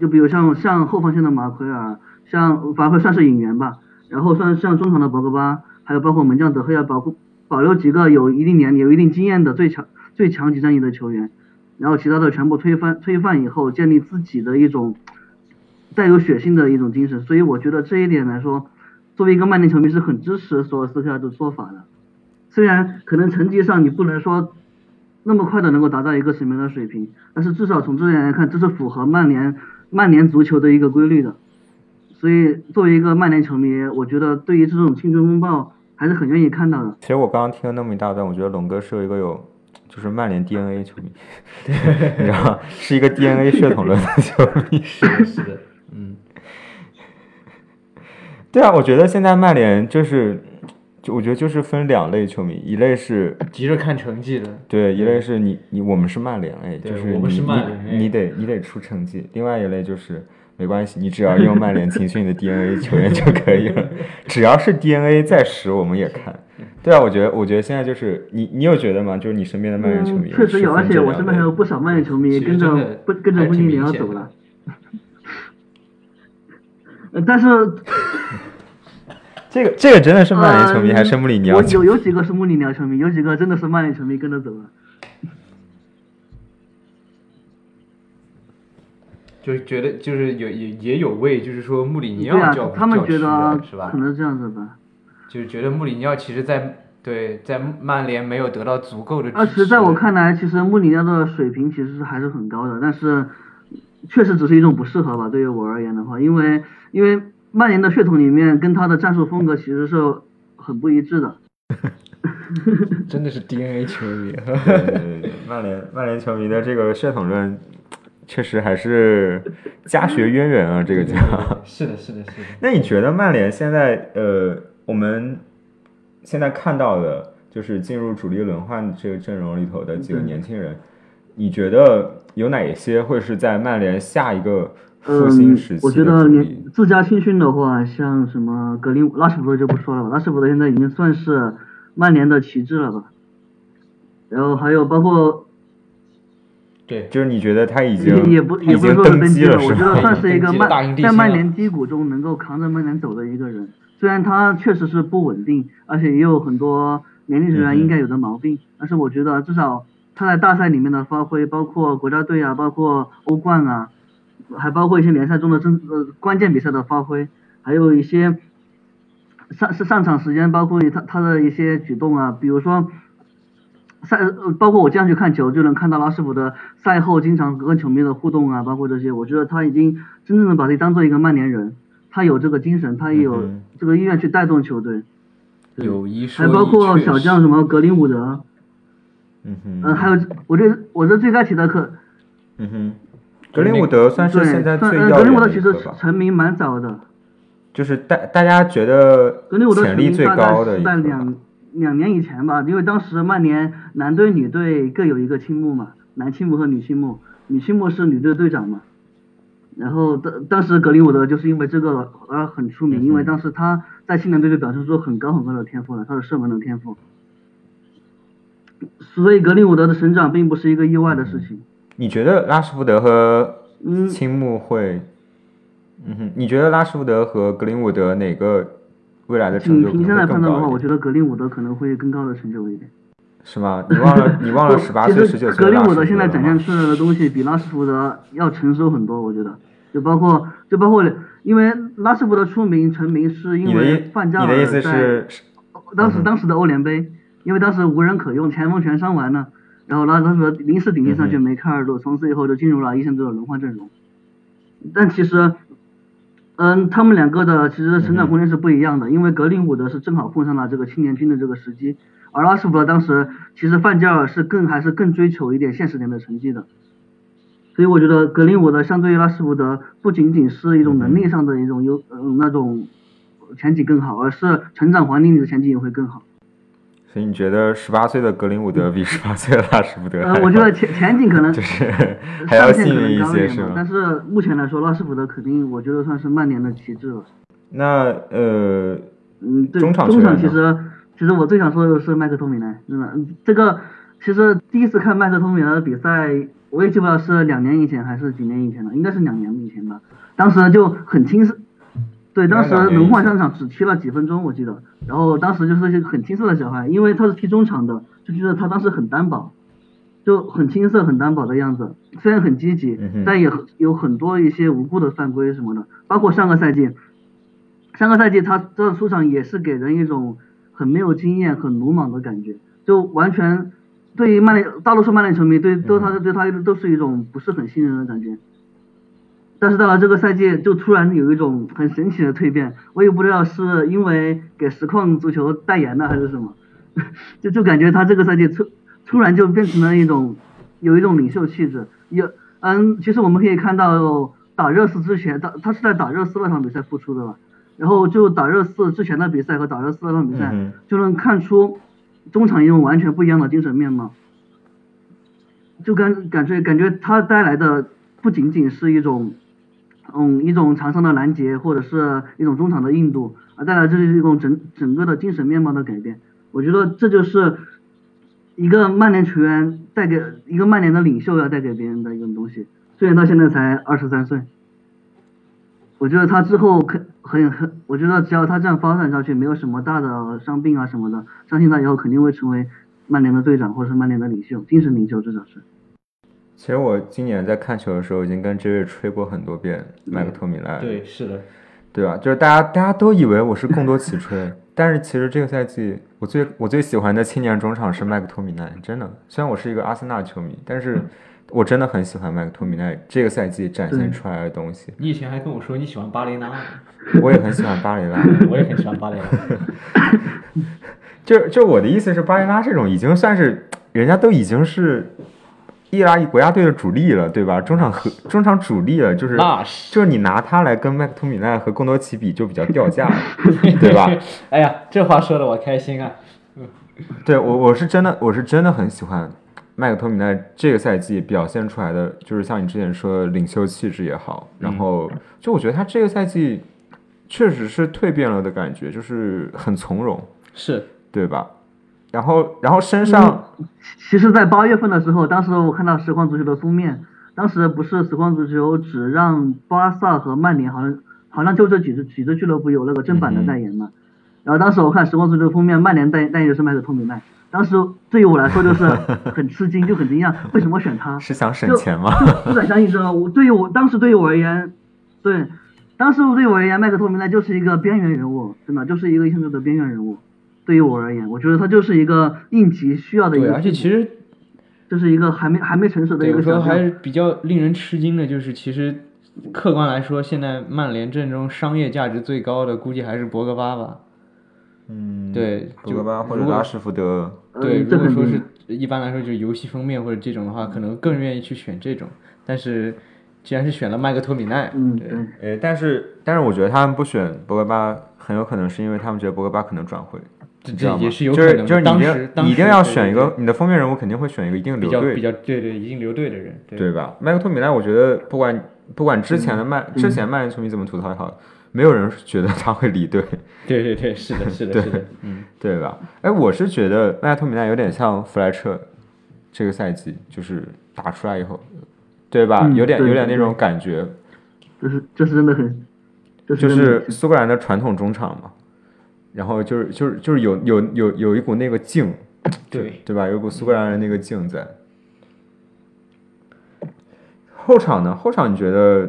S4: 就比如像像后防线的马奎尔，像马奎尔算是引援吧，然后像像中场的博格巴，还有包括门将德赫亚，保护保留几个有一定年有一定经验的最强最强级战役的球员，然后其他的全部推翻推翻以后，建立自己的一种带有血性的一种精神，所以我觉得这一点来说，作为一个曼联球迷是很支持索尔斯克亚的做法的。虽然可能成绩上你不能说那么快的能够达到一个什么样的水平，但是至少从这点来看，这是符合曼联曼联足球的一个规律的。所以作为一个曼联球迷，我觉得对于这种青春风暴还是很愿意看到的。
S2: 其实我刚刚听了那么一大段，我觉得龙哥是一个有就是曼联 DNA 球迷， 你知道吗是一个 DNA 血统论的球迷。
S6: 是的，是的，嗯，
S2: 对啊，我觉得现在曼联就是，就我觉得就是分两类球迷，一类是
S3: 急着看成绩的，
S2: 对，一类是你你我们是曼联，哎，
S6: 对
S2: 就是
S6: 我们
S2: 你
S6: 是曼联哎
S2: 你你得你得出成绩。另外一类就是没关系，你只要用曼联情绪你的 DNA 球员就可 以了，只要是 DNA 在使，我们也看。对啊，我觉得我觉得现在就是你你有觉得吗？就是你身边的曼联球迷、
S4: 嗯确实有，而且我身边还有不
S2: 少。
S4: 少曼联球迷
S6: 其实
S4: 跟着
S6: 真的
S4: 不跟着
S6: 还
S4: 穆
S6: 挺
S4: 里尼
S6: 明
S4: 奥
S6: 显
S4: 走
S6: 的
S4: 了。 呃但是
S2: 这个这个真的是 曼联球迷、
S4: 呃
S2: 还是穆里尼奥
S4: 我
S2: 球
S4: 有
S2: 迷？
S4: 有几个是穆里尼奥球迷，有几个真的是曼联球迷跟着走了。
S3: 就是觉得就是有也也有为，就是说穆里尼
S4: 对
S3: 奥
S4: 啊
S3: 叫，
S4: 他们觉
S3: 叫屈
S4: 得
S3: 的是吧
S4: 可？能这样子吧。
S3: 就是觉得穆里尼奥其实在对在曼联没有得到足够的支持。
S4: 而且啊在我看来，其实穆里尼奥的水平其实是还是很高的，但是确实只是一种不适合吧。对于我而言的话，因为因为曼联的血统里面跟他的战术风格其实是很不一致的。
S3: 真的是 DNA 球 迷，
S2: 对对对对曼联曼联球迷的这个血统论，确实还是家学渊源啊，这个叫。
S6: 是的，是的，是的。
S2: 那你觉得曼联现在呃，我们现在看到的，就是进入主力轮换这个阵容里头的几个年轻人，你觉得有哪些会是在曼联下一个复兴
S4: 嗯
S2: 时，期
S4: 我
S2: 的主
S4: 觉
S2: 力？
S4: 得你自家青训的话，像什么格林拉什福德就不说了吧，拉什福德现在已经算是曼联的旗帜了吧。然后还有包括
S6: 对，
S2: 就是你觉得他已
S4: 也
S2: 经
S4: 也不
S2: 他
S4: 也
S2: 已
S4: 不是
S2: 经
S4: 说是
S2: 登
S4: 登
S2: 基
S4: 了，
S2: 是
S4: 我觉得
S2: 吧？
S4: 算是一个
S6: 登基了大英
S4: 曼
S6: 帝星啊
S4: 在
S6: 了
S4: 曼联低谷中能够扛着曼联走的一个人。虽然他确实是不稳定，而且也有很多年龄球
S2: 嗯
S4: 员应该有的毛病，但是我觉得至少他在大赛里面的发挥，包括国家队啊，包括欧冠啊，还包括一些联赛中的真呃关键比赛的发挥，还有一些上上上场时间，包括他他的一些举动啊，比如说赛，呃包括我经常去看球，就能看到拉什福德赛后经常跟球迷的互动啊，包括这些，我觉得他已经真正的把自己当做一个曼联人，他有这个精神，他也有
S2: 嗯
S4: 这个意愿去带动球队，
S3: 有一说
S4: 还
S3: 一，
S4: 包括
S3: 确
S4: 小
S3: 实
S4: 将什么格林伍德，
S2: 嗯
S4: 嗯，
S2: 哼，
S4: 还有我这我这最该提的可
S2: 嗯哼，格林伍德算是
S4: 对，
S2: 现在
S4: 算
S2: 最
S4: 呃
S2: 耀
S4: 格林
S2: 眼
S4: 伍德
S2: 的
S4: 其
S2: 一
S4: 实
S2: 个吧，
S4: 成名蛮早的，
S2: 就是大大家觉得
S4: 格林伍德
S2: 潜
S4: 成
S2: 力
S4: 名
S2: 最
S4: 大概
S2: 高的
S4: 是
S2: 一
S4: 在
S2: 个吧。
S4: 两两年以前吧，因为当时曼联男队、女队各有一个青木嘛，男青木和女青木，女青木是女队队长嘛。然后当当时格林伍德就是因为这个而很出名，因为当时他在青年队就表现出很高很高的天赋了，他的射门的天赋。所以格林伍德的成长并不是一个意外的事情。
S2: 你觉得拉什福德和
S4: 嗯
S2: 青木会？嗯哼，你觉得拉什福德和格林伍德哪嗯个未来的成
S4: 仅
S2: 就可
S4: 凭
S2: 能
S4: 嗯现
S2: 会
S4: 在判
S2: 更
S4: 断的
S2: 高
S4: 话，
S2: 一
S4: 我
S2: 点？
S4: 觉得格林伍德可能会更高的成就一点。
S2: 是吗？你忘 了你忘了
S4: 不
S2: 十八
S4: 其
S2: 岁
S4: 实
S2: 十九岁
S4: 格
S2: 的
S4: 林
S2: 拉什
S4: 伍
S2: 福德
S4: 德现在
S2: 了
S4: 展
S2: 吗
S4: 现出来的东西比拉什福德要成熟很多，我觉得，就包括就包括，因为拉什福德出名成名是
S2: 你
S4: 因
S2: 的
S4: 为
S2: 意
S4: 范加
S2: 你
S4: 尔
S2: 的意思
S4: 在
S2: 是
S4: 当时当时的欧联杯，因为当时无人可用，前锋全伤完了，然后拉什福德临时顶替上去梅开二度，从此以后就进入了一线队的轮换阵容。但其实嗯，他们两个的其实成长空间是不一样的，因为格林伍德是正好碰上了这个青年军的这个时机，而拉什福德当时其实范加尔是更还是更追求一点现实点的成绩的，所以我觉得格林伍德相对于拉什福德不仅仅是一种能力上的一种优，嗯，那种前景更好，而是成长环境里的前景也会更好。
S2: 所以你觉得十八岁的格林伍德比十八岁的拉什福德还
S4: 嗯呃
S2: 要，，
S4: 我觉得前前景可能
S2: 就是 还要
S4: 上限
S2: 幸
S4: 可
S2: 运
S4: 能
S2: 一
S4: 高
S2: 些，
S4: 点
S2: 是
S4: 吧
S2: 吗，？
S4: 但是目前来说，拉什福德肯定我觉得算是曼联的旗帜了。
S2: 那呃，
S4: 嗯，对，
S2: 中
S4: 中
S2: 场球员呢
S4: 其实其实我最想说的是麦克托米奈，真的，嗯这个其实第一次看麦克托米奈的比赛，我也记不了是两年以前还是几年以前了，应该是两年以前吧。当时就很轻视，对，当时
S2: 应该两年以前
S4: 轮换上场只踢了几分钟，我记得。然后当时就是一个很青涩的小孩，因为他是踢中场的，就觉得他当时很单薄，就很青涩、很单薄的样子。虽然很积极
S2: 嗯哼，
S4: 但也很有很多一些无辜的犯规什么的，包括上个赛季，上个赛季他这出场也是给人一种很没有经验、很鲁莽的感觉，就完全对于曼联大多数曼联球迷对
S2: 嗯
S4: 对他对他都是一种不是很信任的感觉。但是到了这个赛季，就突然有一种很神奇的蜕变，我也不知道是因为给实况足球代言了还是什么， 就就感觉他这个赛季突突然就变成了一种有一种领袖气质。有嗯，其实我们可以看到打热刺之前，打他是在打热刺那场比赛复出的吧？然后就打热刺之前的比赛和打热刺那场比赛，
S2: 嗯哼
S4: 就能看出中场一种完全不一样的精神面貌。就感感觉感觉他带来的不仅仅是一种，嗯，一种场上的拦截或者是一种中场的硬度，而带来这是一种整整个的精神面貌的改变。我觉得这就是一个曼联球员带给一个曼联的领袖要带给别人的一种东西。虽然到现在才二十三岁，我觉得他之后肯很很，我觉得只要他这样发展下去，没有什么大的伤病啊什么的，相信他以后肯定会成为曼联的队长或者是曼联的领袖，精神领袖至少是。
S2: 其实我今年在看球的时候，已经跟 J 瑞吹过很多遍麦克托米莱，
S6: 对，是的，
S2: 对吧？就是大家大家都以为我是贡多齐吹，但是其实这个赛季我最我最喜欢的青年中场是麦克托米奈，真的。虽然我是一个阿森纳球迷，但是我真的很喜欢麦克托米奈这个赛季展现出来的东西。
S6: 你以前还跟我说你喜欢巴雷 纳，
S2: 我也很喜欢巴雷拉，
S6: 我也很喜欢巴雷纳。
S2: 就就我的意思是，巴雷拉这种已经算是人家都已经是意大利国家队的主力了，对吧？中场和中场主力了，就是
S6: 那是
S2: 就是你拿他来跟麦克托米奈和贡多齐比，就比较掉价了，对 吧？？
S6: 哎呀，这话说的我开心啊！
S2: 对我我是真的我是真的很喜欢麦克托米奈这个赛季表现出来的，就是像你之前说的领袖气质也好，
S3: 嗯
S2: 然后就我觉得他这个赛季确实是蜕变了的感觉，就是很从容，
S3: 是
S2: 对吧？然后然后身上。
S3: 嗯
S4: 其实，在八月份的时候，当时我看到实况足球的封面，当时不是实况足球只让巴萨和曼联好像好像就这几支几支俱乐部有那个正
S3: 嗯
S4: 版的代言嘛。然后当时我看实况足球封面，曼联代代言就是麦克托米奈，当时对于我来说就是很吃惊， 就很惊讶，为什么选他？
S2: 是想省钱 吗？
S3: 啊
S4: 不敢相信，知道吗？我对于我当时对于我而言，对，当时对我而言，麦克托米奈就是一个边缘人物，真的就是一个现在的边缘人物。对于我而言，我觉得他就是一个应急需要的一
S3: 对，
S4: 个
S3: 而且
S4: 替补
S3: 其实
S4: 就是一个还没还没成熟的
S3: 对，
S4: 一个
S3: 我说
S4: 小
S3: 还
S4: 将
S3: 是比较令人吃惊的，就是其实客观来说，现在曼联阵中商业价值最高的估计还是博格巴吧。
S2: 嗯，
S3: 对，
S2: 博
S3: 就
S2: 格巴或者
S3: 如果
S2: 拉什福德，
S3: 对，
S4: 嗯
S3: 如
S4: 这
S3: 果
S4: 肯
S3: 说
S4: 定
S3: 是一般来说就是游戏封面或者这种的话，可能更愿意去选这种。但是既然是选了麦克托米奈，
S4: 嗯
S3: 对
S4: 对，
S2: 呃，但是但是我觉得他们不选博格巴，很有可能是因为他们觉得博格巴可能转会，
S3: 这
S2: 你知道
S3: 这
S2: 吗？
S3: 也是有
S2: 就
S3: 可
S2: 是
S3: 能。
S2: 就是你一
S3: 当时
S2: 定
S3: 当
S2: 你
S3: 时
S2: 一定要
S3: 对
S2: 选一
S3: 对
S2: 个你的封面人物，肯定会选一个一定
S3: 比
S2: 留
S3: 较
S2: 队
S3: 比较对对已经留队的人，对
S2: 对吧？麦克托米奈，我觉得不管不管之
S4: 嗯
S2: 前的曼、之前曼联球迷怎么吐槽也好，没有人觉得他会离队，
S3: 对对对，是的，是的，是的，嗯，
S2: 对吧？哎，我是觉得麦克托米奈有点像弗莱彻，这个赛季就是打出来以后，对吧？
S4: 嗯
S2: 有点
S4: 对
S2: 有点
S4: 对
S2: 那
S4: 对
S2: 种感觉，
S4: 这是这是真的很，这
S2: 就
S4: 真的
S2: 是
S4: 很
S2: 苏格兰的传统中场嘛，然后就是就是就是有有有有一股那个劲，
S6: 对，
S2: 对吧？有股苏格兰人那个劲在。后场呢？后场你觉得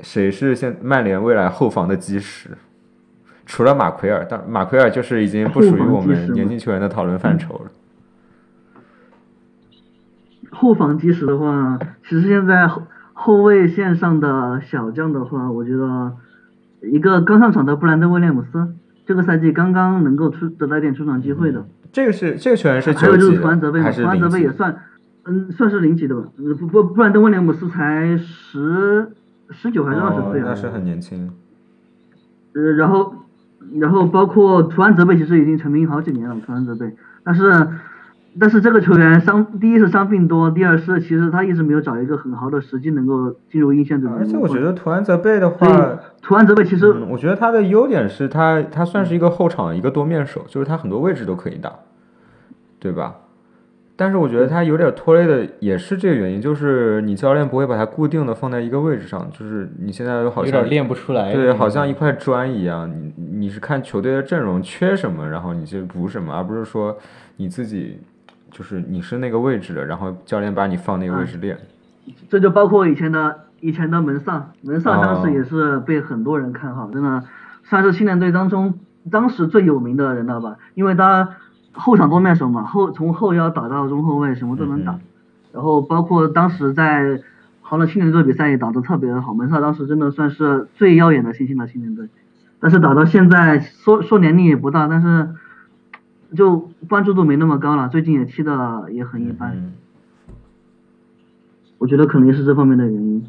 S2: 谁是现曼联未来后防的基石？除了马奎尔，但马奎尔就是已经不属于我
S4: 后防基石
S2: 们
S4: 吗
S2: 年轻球员的讨论范畴了。
S4: 后防基石的话，其实现在后后卫线上的小将的话，我觉得一个刚上场的布兰登威廉姆斯，这个赛季刚刚能够出得到一点出场机会的。
S2: 这个是嗯这个球员是
S4: 还
S2: 九
S4: 有就
S2: 几
S4: 是
S2: 的
S4: 弗兰泽贝嘛，
S2: 还是
S4: 弗兰泽
S2: 零
S4: 贝
S2: 几
S4: 也？算，嗯，算是零级的吧。呃不不，布兰登威廉姆斯才十十九还是二嗯十
S2: 哦
S4: 岁啊
S2: 那？是很年轻。
S4: 呃，然后，然后包括图安泽贝，其实已经成名好几年了。图安泽贝，但是，但是这个球员伤，第一是伤病多，第二是其实他一直没有找一个很好的时机能够进入一线队。
S2: 而且我觉，得图安泽贝的
S4: 所以
S2: 话，
S4: 图安泽贝其实
S2: 嗯，我觉得他的优点是他他算是一个后场一个多面手，就是他很多位置都可以打，对吧？但是我觉得他有点拖累的也是这个原因，就是你教练不会把他固定的放在一个位置上，就是你现在好
S6: 有
S2: 像
S6: 点练不出来。
S2: 对，好像一块砖一样，你你是看球队的阵容缺什么，然后你去补什么，而不是说你自己就是你是那个位置的，然后教练把你放那个位置练。
S4: 这就包括以前的以前的门萨，门萨当
S2: 哦
S4: 时也是被很多人看好，真的算是青年队当中当时最有名的人了吧，因为他后场多面手嘛，后从后腰打到中后卫，什么都能打。
S2: 嗯哼
S4: 然后包括当时在好了青年队比赛也打得特别好，门萨当时真的算是最耀眼的新星了青年队。但是打到现在，说说年龄也不大，但是就关注度没那么高了，最近也踢的也很一般。
S2: 嗯，
S4: 我觉得可能也是这方面的原因。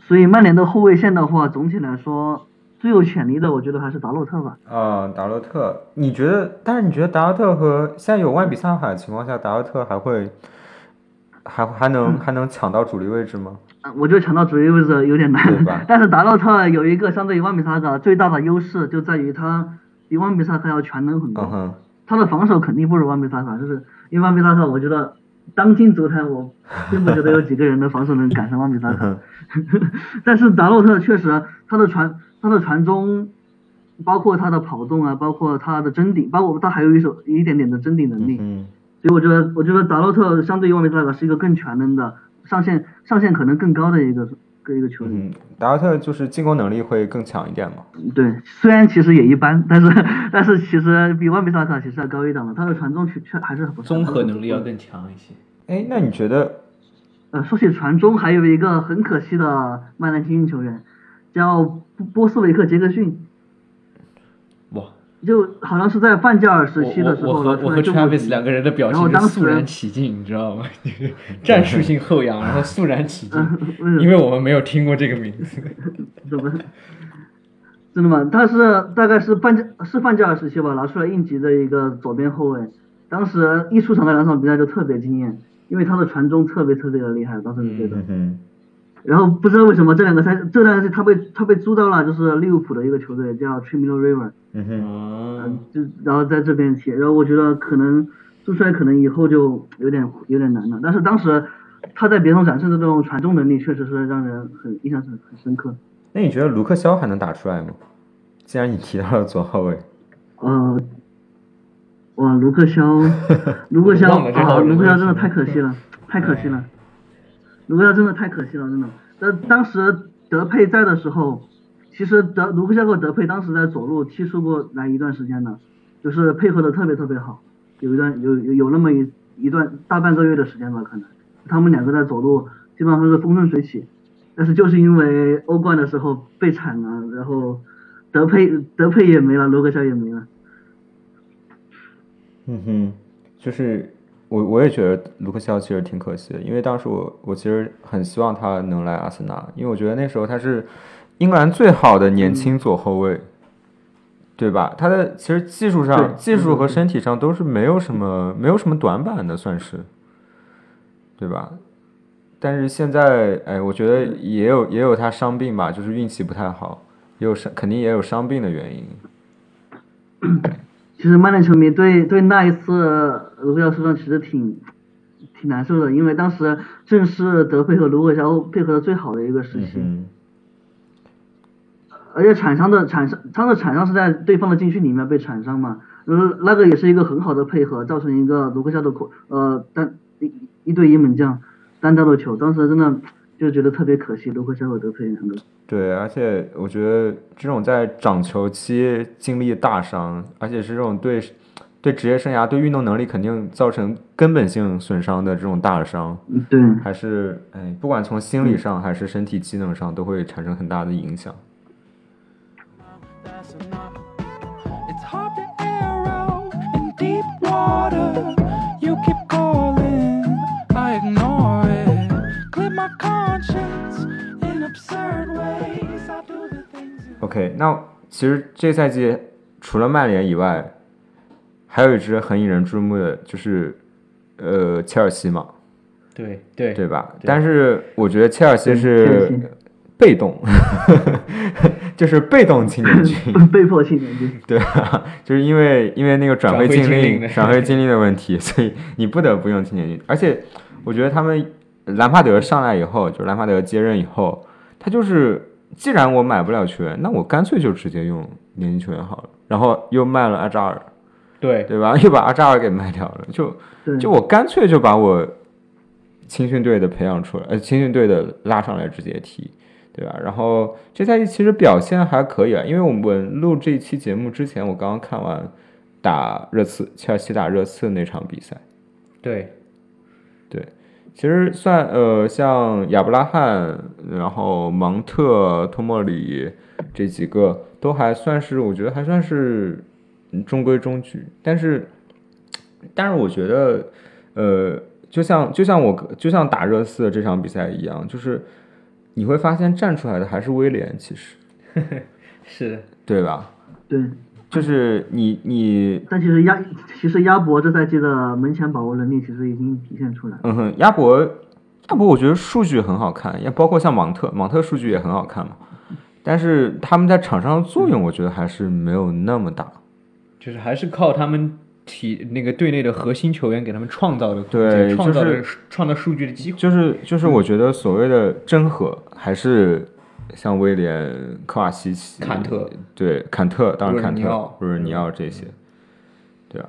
S4: 所以曼联的后卫线的话，总体来说最有潜力的，我觉得还是达洛特吧。
S2: 啊、达洛特，你觉得？但是你觉得达洛特和现在有万比萨卡的情况下，达洛特还会还还能还能抢到主力位置吗？
S4: 呃我就抢到主力位置有点
S2: 对
S4: 难
S2: 吧，
S4: 但是达洛特有一个相对于万比萨卡最大的优势，就在于他比万比萨卡要全能很多。
S2: 嗯哼，
S4: 他的防守肯定不如万比萨卡，就是因为万比萨卡，我觉得当今足坛我并不觉得有几个人的防守能赶上万比萨 卡。但是达洛特确实，他的传他的传中，包括他的跑动啊，包括他的争顶，包括他还有一手一点点的争顶能力。
S2: 嗯，
S4: 所以我觉得，我觉得达洛特相对于万比萨卡是一个更全能的上限上限可能更高的一个一个球员。
S2: 嗯，达洛特就是进攻能力会更强一点嘛。
S4: 对，虽然其实也一般，但是但是其实比万比萨卡其实要高一档的，他的传中确确还是很不错
S6: 综合能力要更强一些。
S2: 哎，那你觉得
S4: 呃，说起传中，还有一个很可惜的曼联青训球员，叫波波斯维克·杰克逊，
S6: 哇，
S4: 就好像是在范加尔时
S6: 我
S4: 期的时
S6: 我我
S4: 候
S6: 和
S4: 呢
S6: 我
S4: 出
S6: 和
S4: 来中国
S6: Travis 两个人的表
S4: 然后
S6: 情就
S4: 当
S6: 肃
S4: 时
S6: 然起敬，你知道吗？就是战术性后仰，然后肃然起敬，
S4: 嗯
S6: 因为我们没有听过这个名字。
S4: 怎么？真的吗？他是大概是范加是范加尔时期吧，拿出来应急的一个左边后卫，当时一出场的两场比赛就特别惊艳，因为他的传中特别特别的厉害，当时就觉得。
S2: 嗯
S4: 然后不知道为什么这两个赛这两个赛他被他被租到了就是利物浦的一个球队叫 t r i m i l o River，
S2: 哼嗯哼，
S6: 嗯
S4: 嗯，，就然后在这边踢，然后我觉得可能朱帅可能以后就有点有点难了，但是当时他在别上展示的这种传中能力，确实是让人很印象很很深刻。
S2: 那你觉得卢克肖还能打出来吗？既然你提到了左后卫，
S4: 呃，哇，卢 克肖，卢克肖
S6: 忘了这
S4: 啊，
S6: 个
S4: 卢克肖真的太可惜了，太可惜
S6: 哎
S4: 了，卢克肖真的太可惜了，真的。但当时德佩在的时候，其实德卢克肖和德佩当时在左路踢出过来一段时间的，就是配合的特别特别好，有一段有有有那么一一段大半个月的时间吧，可能他们两个在左路基本上是风生水起，但是就是因为欧冠的时候被铲了，然后德佩德佩也没了，卢克肖也没了。
S2: 嗯哼，就是我我也觉得卢克肖其实挺可惜的，因为当时我我其实很希望他能来阿森纳，因为我觉得那时候他是英格兰最好的年轻左后卫，对吧？他的其实技术上、
S4: 对
S2: 技术和身体上都是没有什么没有什么短板的，算是，对吧？但是现在，哎，我觉得也有也有他伤病吧，就是运气不太好，也有伤肯定也有伤病的原因。
S4: 其实曼联球迷对对那一次卢克肖受伤其实挺挺难受的，因为当时正是德佩和卢克肖配合的最好的一个时
S2: 嗯
S4: 期，
S2: 哼，
S4: 而且铲伤的铲伤，他的铲伤是在对方的禁区里面被铲伤嘛，呃，那个也是一个很好的配合，造成一个卢克肖的扣呃单一一对一门将单刀的球，当时真的就觉得特别可惜，卢克肖和德佩两个。
S2: 对，而且我觉得这种在掌球期经历大伤，而且是这种对对职业生涯、对运动能力肯定造成根本性损伤的这种大伤，
S4: 嗯对，
S2: 还是哎，不管从心理上还是身体机能上，都会产生很大的影响。
S1: That's enough. It's hard to air out in deep water. You keep calling, I ignore it. Clear my conscience in absurd ways. I do the things you
S2: OK，那其实这赛季除了曼联以外，还有一支很引人注目的就是呃切尔西嘛，
S6: 对对
S2: 对吧？但是我觉得切尔西是被动， 就是被动青年 军。
S4: 被迫青年军，
S2: 对啊，就是因为因为那个转会禁
S6: 转会禁令
S2: 令、
S6: 的
S2: 转会禁令的问题，所以你不得不用青年军。而且我觉得他们兰帕德上来以后，就是兰帕德接任以后，他就是既然我买不了球员，那我干脆就直接用年轻球员好了。然后又卖了阿扎尔，
S6: 对
S2: 对吧？又把阿扎尔给卖掉了，就
S4: 对，
S2: 就我干脆就把我青训队的培养出来，呃，青训队的拉上来直接踢，对吧？然后这赛季其实表现还可以啊，因为我们录这期节目之前，我刚刚看完打热刺，切尔西打热刺那场比赛，
S6: 对
S2: 其实算呃，像亚布拉罕，然后芒特、托莫里这几个都还算是，我觉得还算是嗯中规中矩。但是，但是我觉得，呃，就像就像我就像打热刺的这场比赛一样，就是你会发现站出来的还是威廉，其实
S6: 是的，
S2: 对吧？
S4: 对，
S2: 就是你你
S4: 但其实鸭其实鸭脖这赛季的门前把握能力其实已经体现出来了，
S2: 嗯哼，鸭脖，鸭脖，我觉得数据很好看，也包括像芒特，芒特数据也很好看嘛。但是他们在场上的作用，我觉得还是没有那么大。
S6: 就是还是靠他们体那个队内的核心球员给他们创造的空
S2: 对
S6: 间，
S2: 就
S6: 创造的、
S2: 是
S6: 创造数据的机会。
S2: 就是就是，我觉得所谓的真和，还是像威廉、科瓦西奇、
S6: 坎特，
S2: 对坎特，当
S6: 若
S2: 然
S6: 尔
S2: 坎
S6: 尼
S2: 特
S6: 奥、嗯
S2: 布尔尼奥这些，对啊，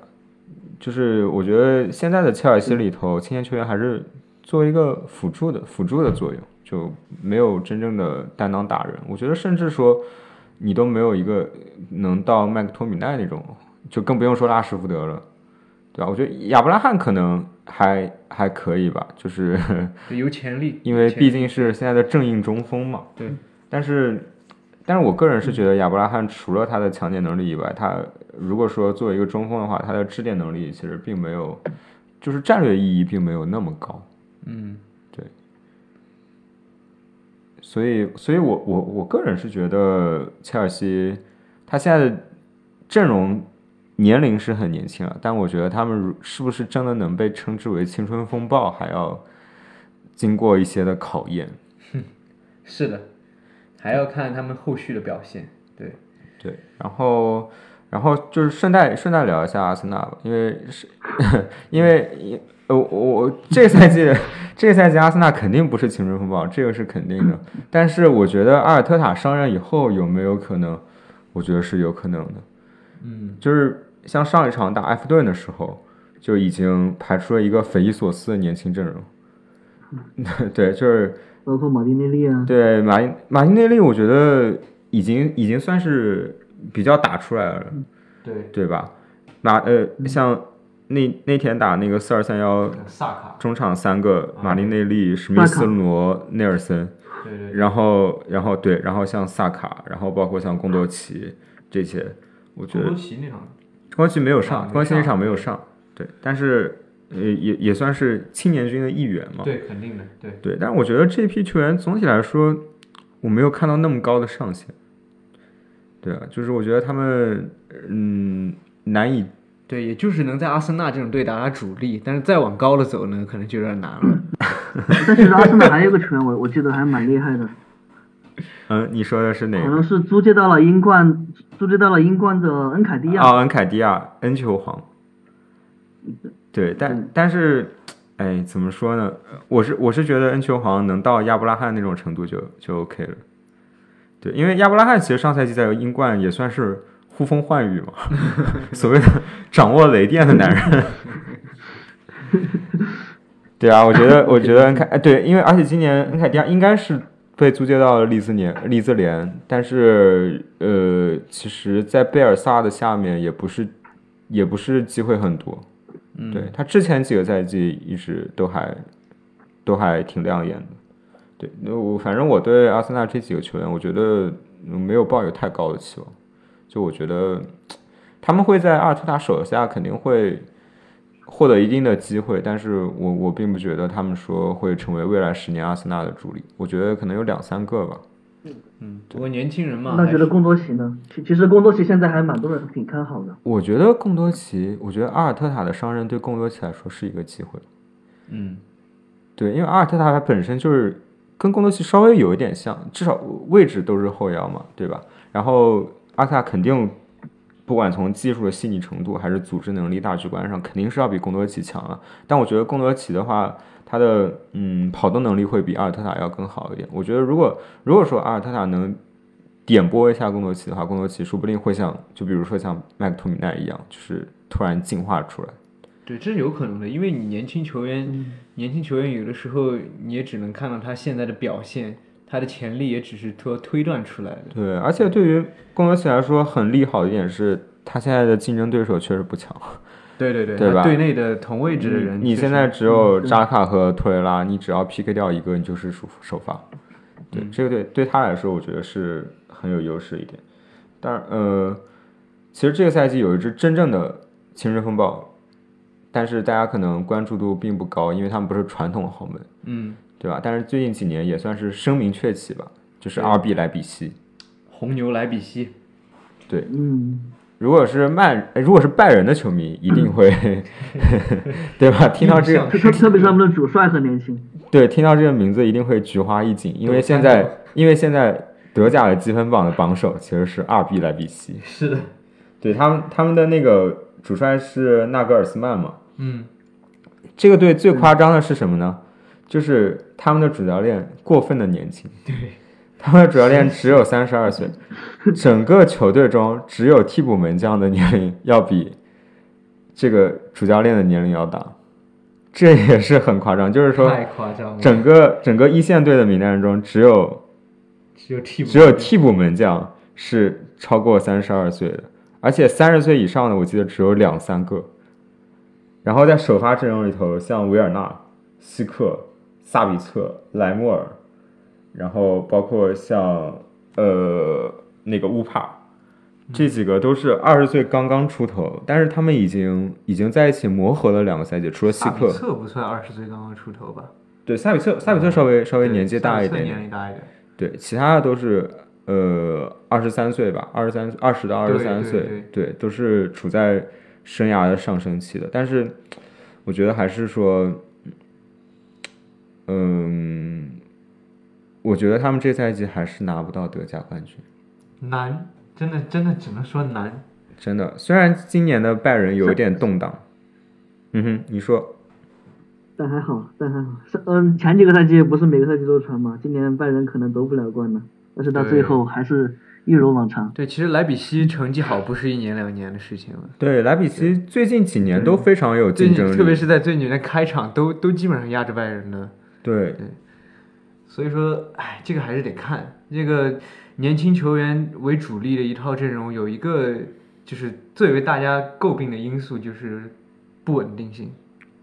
S2: 就是我觉得现在的切尔西里头，青年球员还是作为一个辅助的辅助的作用，就没有真正的担当打人。我觉得甚至说，你都没有一个能到麦克托米奈那种，就更不用说拉什福德了，对吧？啊我觉得亚伯拉罕可能还还可以吧，就是
S6: 对有潜力，
S2: 因为
S6: 有潜
S2: 毕竟是现在的正印中锋嘛。
S6: 对。
S2: 但是，但是我个人是觉得亚伯拉罕除了他的强点能力以外，他如果说作为一个中锋的话，他的支点能力其实并没有，就是战略意义并没有那么高。
S6: 嗯，
S2: 所以，所以我我我个人是觉得切尔西他现在的阵容年龄是很年轻啊，但我觉得他们如是不是真的能被称之为青春风暴，还要经过一些的考验。
S6: 是的，还要看他们后续的表现。对，
S2: 对，然后，然后就是顺带顺带聊一下阿森纳吧，因为是， 因为因呃我我这个赛季 这个赛季阿森纳肯定不是青春风暴，这个是肯定的。但是我觉得阿尔特塔上任以后有没有可能？我觉得是有可能的。
S6: 嗯，
S2: 就是像上一场打埃弗顿的时候，就已经排出了一个匪夷所思的年轻阵容。 对，就是
S4: 包括马丁内利啊，
S2: 对马丁马丁内利，我觉得已经已经算是比较打出来了，
S6: 对，
S2: 对吧？马呃，
S6: 嗯
S2: 像那那天打那个四二三幺，
S6: 萨卡，
S2: 中场三
S6: 哦
S2: 个马丁内利、史密斯罗、内尔森，
S6: 对对
S2: 然后然后对，然后像萨卡，然后包括像贡多奇这些，我觉
S6: 托
S2: 得
S6: 多奇那场，
S2: 关奇没有
S6: 啊
S2: 上，
S6: 没
S2: 关奇那
S6: 上
S2: 场没有上，对，但是呃也也算是青年军的一员嘛，
S6: 对，肯定的，对，
S2: 对，但是我觉得这批球员总体来说，我没有看到那么高的上限。对啊，就是我觉得他们，嗯，难以
S6: 对，也就是能在阿森纳这种队打打主力，但是再往高了走呢，可能就有点难了。
S4: 但其实阿森纳还有一个球员我我记得还蛮厉害 的，
S2: 嗯，你说的是哪
S4: 好
S2: 个
S4: 像？是租借到了英冠，租借到了英冠的恩凯蒂亚，
S2: 奥恩凯迪亚，恩球皇。对，但
S4: 嗯
S2: 但是，哎，怎么说呢？我是我是觉得恩球皇能到亚布拉罕那种程度就就 OK 了。对，因为亚布拉罕其实上赛季在英冠也算是呼风唤雨嘛， 所谓的掌握雷电的男人。 对啊，我觉得我觉得恩凯哎对，因为而且今年恩凯迪亚应该是被租借到了利兹联，利兹联，但是呃，其实，在贝尔萨的下面也不是也不是机会很多。嗯，对他之前几个赛季一直都还都还挺亮眼的。对，那我反正我对阿森纳这几个球员，我觉得没有抱有太高的期望。就我觉得他们会在阿尔特塔手下肯定会获得一定的机会，但是我我并不觉得他们说会成为未来十年阿森纳的主力。我觉得可能有两三个吧。
S6: 嗯不过年轻人嘛，
S4: 那
S6: 还
S4: 觉
S6: 是
S4: 得贡多齐呢？其其实贡多齐现在还蛮多人挺看好的。
S2: 我觉得贡多齐，我觉得阿尔特塔的上任对贡多齐来说是一个机会。
S6: 嗯，
S2: 对，因为阿尔特塔他本身就是跟贡多齐稍微有一点像，至少位置都是后腰嘛，对吧？然后阿尔特塔肯定不管从技术的细腻程度还是组织能力大局观上，肯定是要比贡多齐强了。但我觉得贡多齐的话，他的嗯跑动能力会比阿尔特塔要更好一点。我觉得如果如果说阿尔特塔能点拨一下贡多齐的话，贡多齐说不定会像就比如说像麦克托米奈一样，就是突然进化出来。
S6: 对，这是有可能的，因为你年轻球员，
S4: 嗯
S6: 年轻球员有的时候你也只能看到他现在的表现，他的潜力也只是推推断出来的。
S2: 对，而且对于贡多齐来说，很利好的一点是，他现在的竞争对手确实不强。
S6: 对对对，
S2: 对
S6: 他
S2: 吧
S6: 队内的同位置的人
S2: 你
S6: 确
S2: 现
S6: 实嗯
S2: 在只有扎卡和托雷拉，你只要 PK 掉一个，你就是首首发。对，
S6: 嗯
S2: 这个对对他来说，我觉得是很有优势一点。但呃，其实这个赛季有一支真正的青春风暴，但是大家可能关注度并不高，因为他们不是传统豪门，
S6: 嗯，
S2: 对吧？但是最近几年也算是声名鹊起吧，就是
S6: 对
S2: RB 莱比锡。
S6: 红牛莱比锡，
S4: 嗯，
S2: 如果是曼，呃如果是拜仁的球迷，一定 会，对吧？听到这个，
S4: 特特特别是他们的主帅很年轻，
S2: 对，听到这个名字一定会菊花一紧，因为
S6: 对
S2: 现
S6: 看
S2: 在，因为现在德甲的积分榜的榜首其实是二 B 莱比锡，
S6: 是的，
S2: 对他们他们的那个主帅是纳格尔斯曼嘛。
S6: 嗯，
S2: 这个队最夸张的是什么呢？就是他们的主教练过分的年轻，对，他们的主教练只有三十二岁，整个球队中只有替补门将的年龄要比这个主教练的年龄要大，这也是很夸张。就是 说，
S6: 太夸张了，
S2: 整个整个一线队的名单中，只有
S6: 只有替补，
S2: 只有替补门将是超过三十二岁的，而且三十岁以上的我记得只有两三个。然后在首发阵容里头，像维尔纳、希克、萨比策、莱莫尔，然后包括像呃那个乌帕，
S3: 嗯
S2: 这几个都是二十岁刚刚出头，但是他们已经已经在一起磨合了两个赛季，除了希
S3: 萨比
S2: 克，
S3: 策不算二十岁刚刚出头吧？
S2: 对萨比策，萨比策稍微稍微年纪大一
S3: 萨比
S2: 点
S3: 策
S2: 点
S3: 年，龄大一点。
S2: 对，其他的都是呃二十三岁吧，二十三二十到二
S3: 对
S2: 十三
S3: 对
S2: 岁，对，都是处在生涯的上升期的。但是我觉得还是说，嗯，我觉得他们这赛季还是拿不到德甲冠军，
S3: 难，真的真的只能说难。
S2: 真的。虽然今年的拜仁有一点动荡，嗯哼，你说
S4: 但还好，但还好。是嗯，前几个赛季不是每个赛季都传嘛，今年拜仁可能夺不了冠呢，但是到最后还是一如往常。
S6: 对，其实莱比锡成绩好不是一年两年的事情了，
S2: 对莱比锡最近几年都非常有
S6: 最
S2: 竞
S6: 近
S2: 争力，
S6: 特别是在最近的开场都都基本上压着拜仁的，
S2: 对
S6: 所以说，哎，这个还是得看这个年轻球员为主力的一套阵容，有一个就是最为大家诟病的因素就是不稳定性。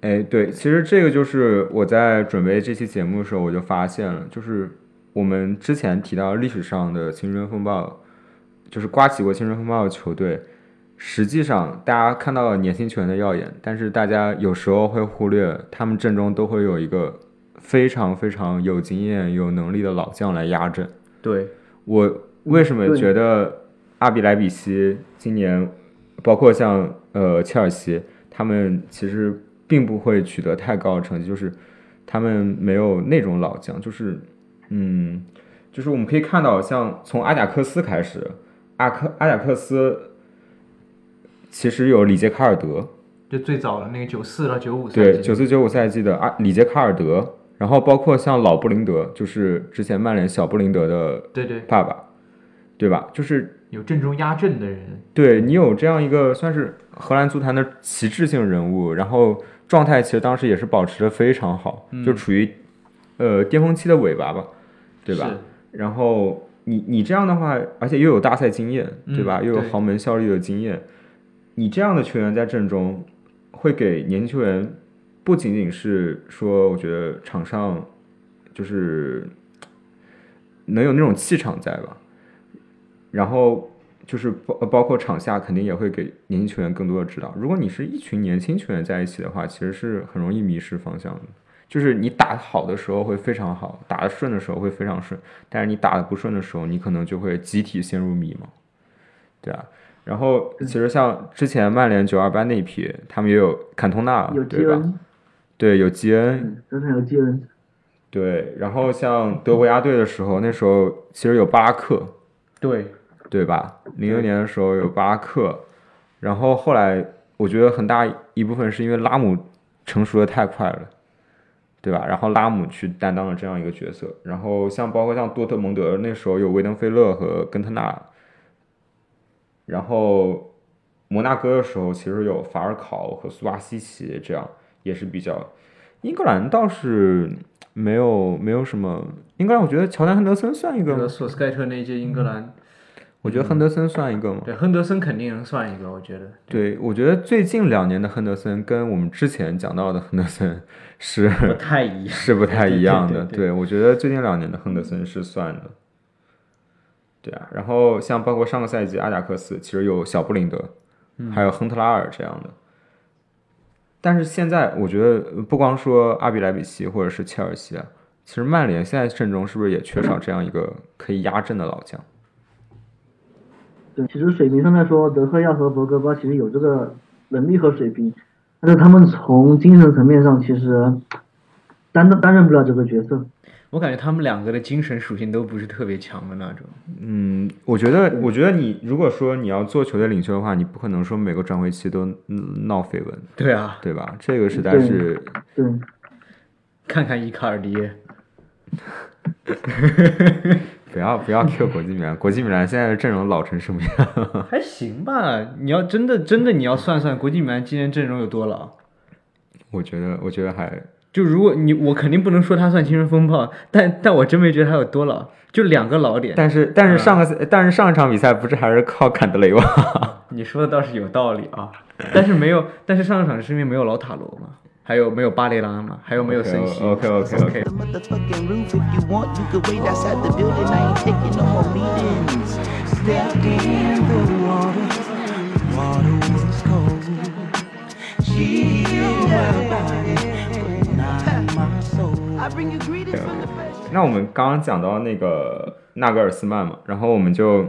S2: 哎，对，其实这个就是我在准备这期节目的时候，我就发现了，就是我们之前提到历史上的青春风暴，就是刮起过青春风暴的球队，实际上大家看到了年轻球员的耀眼，但是大家有时候会忽略，他们阵中都会有一个非常非常有经验、有能力的老将来压阵。
S6: 对，
S2: 我为什么
S4: 对
S2: 觉得阿比莱比锡今年，包括像呃切尔西，他们其实并不会取得太高的成绩，就是他们没有那种老将，就是嗯，就是我们可以看到，像从阿贾克斯开始，阿克阿贾克斯其实有里杰卡尔德，
S6: 就最早的那个九四到九五赛
S2: 对，
S6: 季，
S2: 九四九五赛季的阿里杰卡尔德，然后包括像老布林德，就是之前曼联小布林德的
S6: 对对，
S2: 爸爸，对吧？就是
S6: 有阵中压阵的人，
S2: 对你有这样一个算是荷兰足坛的旗帜性人物，然后状态其实当时也是保持的非常好，就处于呃巅峰期的尾巴吧，对吧？然后你你这样的话，而且又有大赛经验，对吧？
S6: 嗯
S2: 又有
S6: 对
S2: 豪门效力的经验，你这样的球员在阵中，会给年轻球员不仅仅是说，我觉得场上就是能有那种气场在吧，然后就是包呃包括场下肯定也会给年轻球员更多的指导。如果你是一群年轻球员在一起的话，其实是很容易迷失方向的。就是你打得好的时候会非常好，打得顺的时候会非常顺，但是你打得不顺的时候，你可能就会集体陷入迷茫，对啊。然后
S4: 嗯
S2: 其实像之前曼联九二八那一批，他们也有坎通纳
S4: 有，
S2: 啊对
S4: 基
S2: 吧？
S4: 恩，
S2: 对，有基恩，
S4: 嗯真的有基恩，
S2: 对。然后像德国鸭队的时候，那时候其实有巴拉克，
S7: 对，
S2: 对吧？零六年的时候有巴拉克，然后后来我觉得很大一部分是因为拉姆成熟的太快了，对吧？然后拉姆去担当了这样一个角色，然后像包括像多特蒙德那时候有维登菲勒和根特纳，然后摩纳哥的时候其实有法尔考和苏巴西奇，这样也是比较。英格兰倒是没有没有什么，英格兰我觉得乔丹亨德森算一
S3: 那
S2: 个
S3: 个
S2: 吗？
S3: 索斯盖特那一届英格
S6: 嗯
S3: 兰，
S2: 我觉得亨德森算一个吗？
S3: 对亨德森肯定能算一个，我觉得。
S2: 对，我觉得最近两年的亨德森跟我们之前讲到的亨德森 是
S7: 不太一样。
S2: 是不太一样
S7: 对
S2: 的。
S7: 对对
S2: 对，我觉得最近两年的亨德森是算的。对啊，然后像包括上个赛季阿贾克斯，其实有小布林德，
S7: 嗯
S2: 还有亨特拉尔这样的。但是现在我觉得呃不光说阿比莱比锡或者是切尔西啊，其实曼联现在阵中是不是也缺少这样一个可以压阵的老将？
S4: 对，其实水平上来说，德赫亚和博格巴其实有这个能力和水平，但是他们从精神层面上其实担担任不了这个角色。
S3: 我感觉他们两个的精神属性都不是特别强的那种。
S2: 嗯，我觉得，我觉得你如果说你要做球队领袖的话，你不可能说每个转会期都嗯闹绯闻，
S3: 对啊，
S2: 对吧？这个实在是，
S4: 对，
S3: 看看伊卡尔迪，
S2: 不要不要 Q 国际米兰，国际米兰现在的阵容老成什么样？
S3: 还行吧。你要真的真的你要算算国际米兰今年阵容有多老。
S2: 我觉得，我觉得还
S3: 就如果你我肯定不能说他算精神风暴，但但我真没觉得他有多老，就两个老点。
S2: 但是但是上个赛、但是上一场比赛不是还是靠坎德雷吗？
S3: 你说的倒是有道理啊，但是没有，但是上一场是因为没有老塔罗嘛，还有没有巴雷拉嘛，还有没有森西
S2: OK OK OK，
S8: the motherfucking roof. If you want, you could wait outside the building. I ain't taking no more meetings. Stepped in the water, water was cold. She my body, but not my soul. I bring you greetings from the fresh.
S2: 那我们刚刚讲到那个纳格尔斯曼嘛，然后我们就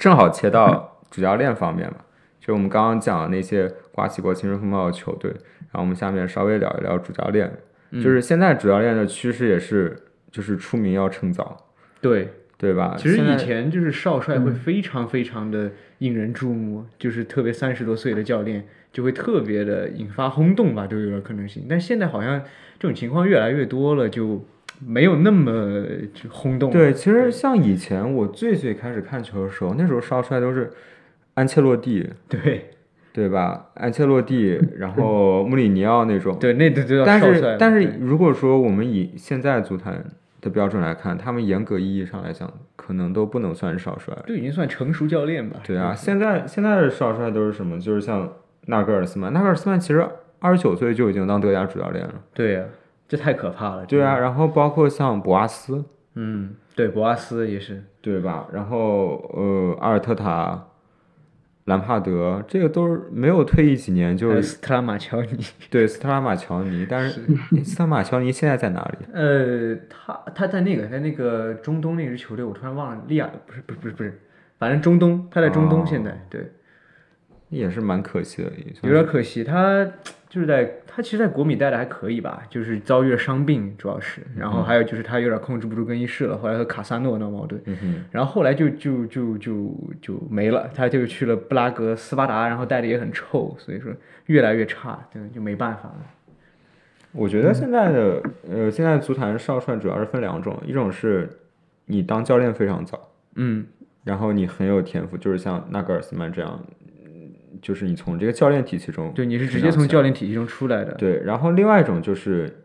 S2: 正好切到主教练方面嘛，就我们刚刚讲的那些刮起过青春风暴的球队，然后我们下面稍微聊一聊主教练，
S3: 嗯
S2: 就是现在主教练的趋势也是，就是出名要趁早，
S3: 对，
S2: 对吧？
S3: 其实
S2: 现在嗯
S3: 以前就是少帅会非常非常的引人注目，就是特别三十多岁的教练就会特别的引发轰动吧，都有了可能性。但现在好像这种情况越来越多了，就没有那么就轰动了。
S2: 对，其实像以前我最最开始看球的时候，那时候少帅都是安切洛蒂，
S3: 对
S2: 对吧？安切洛蒂，然后穆里尼奥那种，
S3: 对，那都都要
S2: 但
S3: 少帅
S2: 是
S3: 了。
S2: 但是
S3: 对，
S2: 如果说我们以现在足坛的标准来看，他们严格意义上来讲，可能都不能算是少帅了。
S3: 都已经算成熟教练吧？
S2: 对啊，现在现在的少帅都是什么？就是像纳格尔斯曼，纳格尔斯曼其实二十九岁就已经当德甲主教练了。
S3: 对啊，这太可怕了。
S2: 对啊，
S3: 真的，
S2: 然后包括像博阿斯，
S3: 嗯，对，博阿斯也是。
S2: 对吧？然后呃，阿尔特塔、兰帕德，这个都是没有退役几年
S3: 还
S2: 就
S3: 有
S2: 是
S3: 斯特拉马乔尼，
S2: 对斯特拉马乔尼，但是斯特拉马乔尼现在在哪里？
S3: 呃，他他在那个在那个中东那支球队，我突然忘了，利雅不是不是不是不是，反正中东，他在中
S2: 哦
S3: 东现在、对，
S2: 也是蛮可惜的，也算
S3: 有
S2: 是
S3: 点可惜，他就是在他其实，在国米带的还可以吧，就是遭遇了伤病主要是，
S2: 嗯
S3: 然后还有就是他有点控制不住更衣室了，后来和卡萨诺闹矛盾，
S2: 嗯哼。
S3: 然后后来就就就就就没了，他就去了布拉格斯巴达，然后带的也很臭，所以说越来越差，真的就没办法了。
S2: 我觉得现在的呃，现在足坛少帅主要是分两种，一种是你当教练非常早，
S3: 嗯，
S2: 然后你很有天赋，就是像纳格尔斯曼这样，嗯就是你从这个教练体系中，
S3: 对，你是直接从
S2: 练
S3: 教练体系中出来的，
S2: 对，然后另外一种就是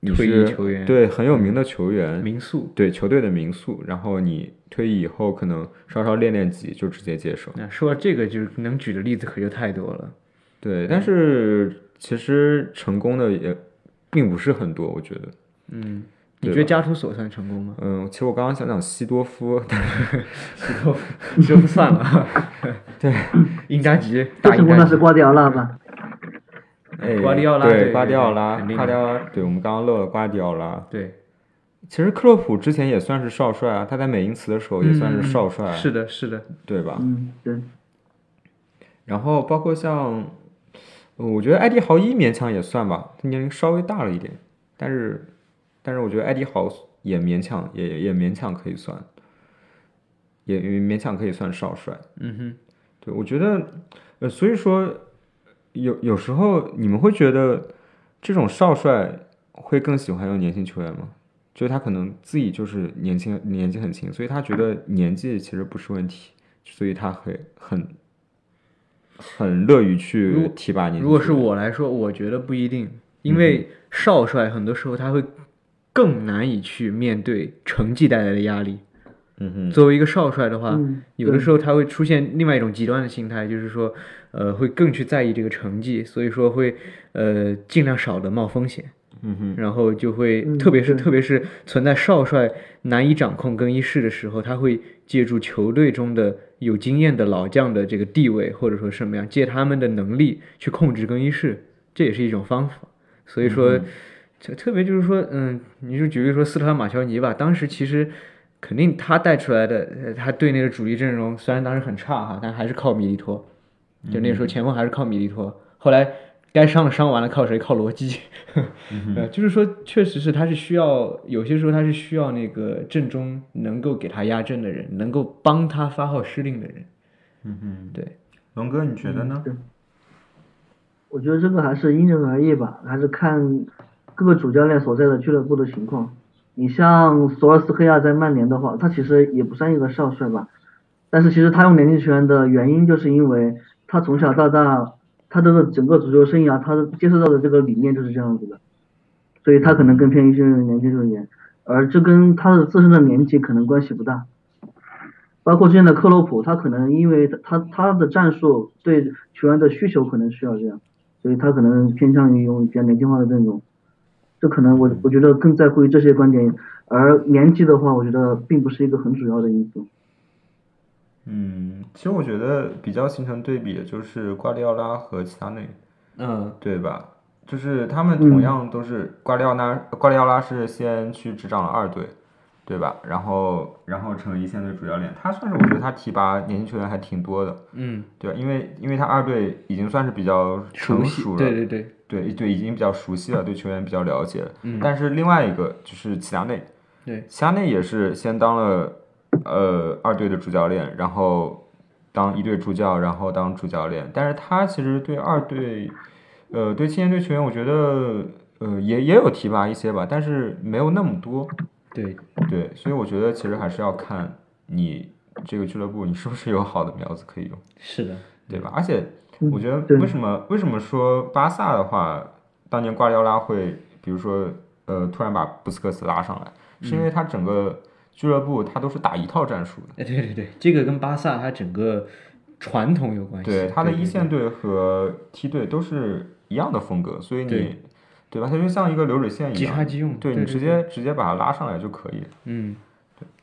S2: 你
S3: 退役
S2: 是
S3: 球员
S2: 对很有名的球员，
S3: 民宿，
S2: 对球队的名宿，然后你退役以后可能稍稍练练级就直接接手。
S3: 那说到这个，就是能举的例子可就太多了。
S2: 对，但是其实成功的也并不是很多，我觉得。
S3: 嗯，
S2: 对
S3: 你觉得
S2: 吧
S3: 加图索算成功 吗？
S2: 嗯，其实我刚刚想讲西多夫，但是
S3: 这不算了。 对，英扎吉
S4: 最
S3: 打
S4: 成
S3: 英
S4: 功
S3: 扎
S4: 的
S3: 吉
S4: 是，瓜迪奥拉吧？
S2: 哎
S3: 瓜迪奥拉对
S2: 对
S3: 对
S2: 瓜迪奥拉，
S3: 肯定的
S2: 瓜迪奥拉，对我们刚刚漏了瓜迪奥拉。
S3: 对，
S2: 其实克洛普之前也算是少帅啊，他在美因茨的时候也算
S3: 嗯
S2: 是少帅，
S3: 是的，是的，
S2: 对吧？
S4: 嗯，对，
S2: 然后包括像，呃我觉得艾迪豪伊勉强也算吧，他年龄稍微大了一点，但是，但是我觉得艾迪豪也勉强也也勉强可以算，也也勉强可以算少帅。
S3: 嗯哼。
S2: 对，我觉得，呃，所以说，有有时候你们会觉得这种少帅会更喜欢用年轻球员吗？就是他可能自己就是年轻，年纪很轻，所以他觉得年纪其实不是问题，所以他会很很乐于
S3: 如
S2: 去
S3: 果
S2: 提拔年轻球员。
S3: 如果是我来说，我觉得不一定，因
S2: 嗯
S3: 为少帅很多时候他会更难以去面对成绩带来的压力。
S2: 嗯哼，
S3: 作为一个少帅的话，
S4: 嗯
S3: 有的
S4: 对
S3: 时候他会出现另外一种极端的心态，就是说，呃，会更去在意这个成绩，所以说会呃尽量少的冒风险，
S2: 嗯哼，
S3: 然后就会，
S4: 嗯
S3: 特别是
S4: 对
S3: 特别是存在少帅难以掌控更衣室的时候，他会借助球队中的有经验的老将的这个地位，或者说什么样，借他们的能力去控制更衣室，这也是一种方法。所以
S4: 嗯
S3: 说，特、特别就是说，嗯，你就举例说斯特兰马乔尼吧，当时其实肯定他带出来的，呃他队内的主力阵容虽然当时很差哈，但还是靠米利托，
S4: 嗯
S3: 就那时候前锋还是靠米利托，后来该伤的伤完了，靠谁？靠罗基。呃，就是说，确实是他是需要有些时候他是需要那个阵中能够给他压阵的人，能够帮他发号施令的人。嗯哼，对，
S2: 龙哥，你觉得呢？
S4: 嗯我觉得这个还是因人而异吧，还是看各个主教练所在的俱乐部的情况。你像索尔斯克亚在曼联的话，他其实也不算一个少帅吧，但是其实他用年轻球员的原因，就是因为他从小到大，他这个整个足球生涯，他接受到的这个理念就是这样子的，所以他可能更偏于用年轻球员，而这跟他的自身的年纪可能关系不大。包括之前的克洛普，他可能因为他他的战术对球员的需求可能需要这样，所以他可能偏向于用比较年轻化的阵容。这可能我我觉得更在乎于这些观点，而年纪的话，我觉得并不是一个很主要的因素。
S2: 嗯，其实我觉得比较形成对比的就是瓜迪奥拉和齐达内。
S3: 嗯，
S2: 对吧？就是他们同
S4: 嗯
S2: 样都是瓜迪奥拉，瓜迪奥拉是先去执掌了二队，对吧？然后然后成为一线队主教练，他算是我觉得他提拔年轻球员还挺多的，
S3: 嗯，
S2: 对吧？因为因为他二队已经算是比较
S3: 熟
S2: 成
S3: 悉
S2: 熟，了，
S3: 对对对，
S2: 对对，已经比较熟悉了，对球员比较了解了。
S3: 嗯
S2: 但是另外一个就是齐达内，
S3: 对
S2: 齐达内也是先当了呃二队的主教练，然后当一队助教，然后当主教练。但是他其实对二队，呃，对青年队球员，我觉得呃也也有提拔一些吧，但是没有那么多。
S3: 对，
S2: 对，所以我觉得其实还是要看你这个俱乐部，你是不是有好的苗子可以用。
S3: 是的，
S2: 对吧？而且
S4: 嗯
S2: 我觉得
S4: 对
S2: 为什么为什么说巴萨的话，当年瓜迪奥拉会，比如说呃，突然把布斯克茨拉上来，是因为他整个俱乐部他都是打一套战术的。
S3: 哎，对对对，这个跟巴萨它整个传统有关系。
S2: 对，他的一线
S3: 对
S2: 队和梯队都是一样的风格，所以你
S3: 对
S2: 对吧？它就像一个流水线一
S3: 即
S2: 样，
S3: 插即用
S2: 对
S3: 对
S2: 你
S3: 对
S2: 直接直接把它拉上来就可以了。
S3: 嗯，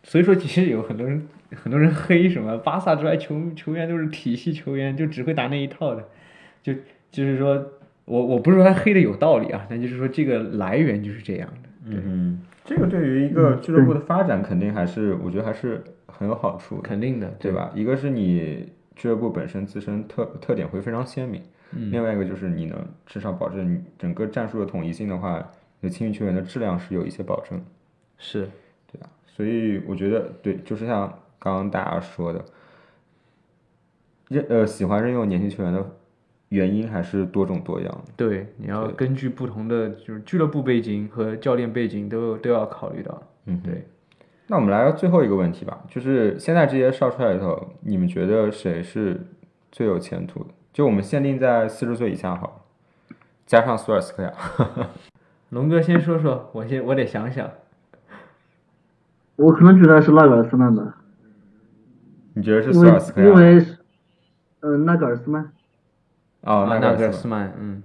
S3: 所以说其实有很多人很多人黑什么巴萨之外球球员都是体系球员，就只会打那一套的，就就是说我我不是说他黑的有道理啊，但就是说这个来源就是这样的。
S2: 嗯，这个对于一个俱乐部的发展，肯定还是我觉得还是很有好处的。
S3: 肯定的，
S2: 对吧？一个是你俱乐部本身自身特特点会非常鲜明，
S3: 嗯
S2: 另外一个就是你能至少保证你整个战术的统一性的话，你的青训球员的质量是有一些保证，
S3: 是，
S2: 对吧？所以我觉得对，就是像刚刚大家说的，任呃喜欢任用年轻球员的原因还是多种多样的。
S3: 对，你要
S2: 对
S3: 根据不同的就是俱乐部背景和教练背景都有都要考虑到。
S2: 嗯哼
S3: 对。
S2: 那我们来到最后一个问题吧，就是现在这些少帅里头，你们觉得谁是最有前途的？就我们限定在四十岁以下好了，加上索尔斯克亚。
S3: 龙哥先说说，我先我得想想。
S4: 我可能觉得是纳格尔斯曼吧，
S2: 你觉得是
S4: 因
S2: 索
S4: 为
S2: 尔斯克
S4: 因
S2: 亚？
S4: 为，呃，纳格尔斯曼，
S2: 哦，
S3: 啊
S2: 那
S3: 格
S2: 个
S3: 尔斯曼，嗯，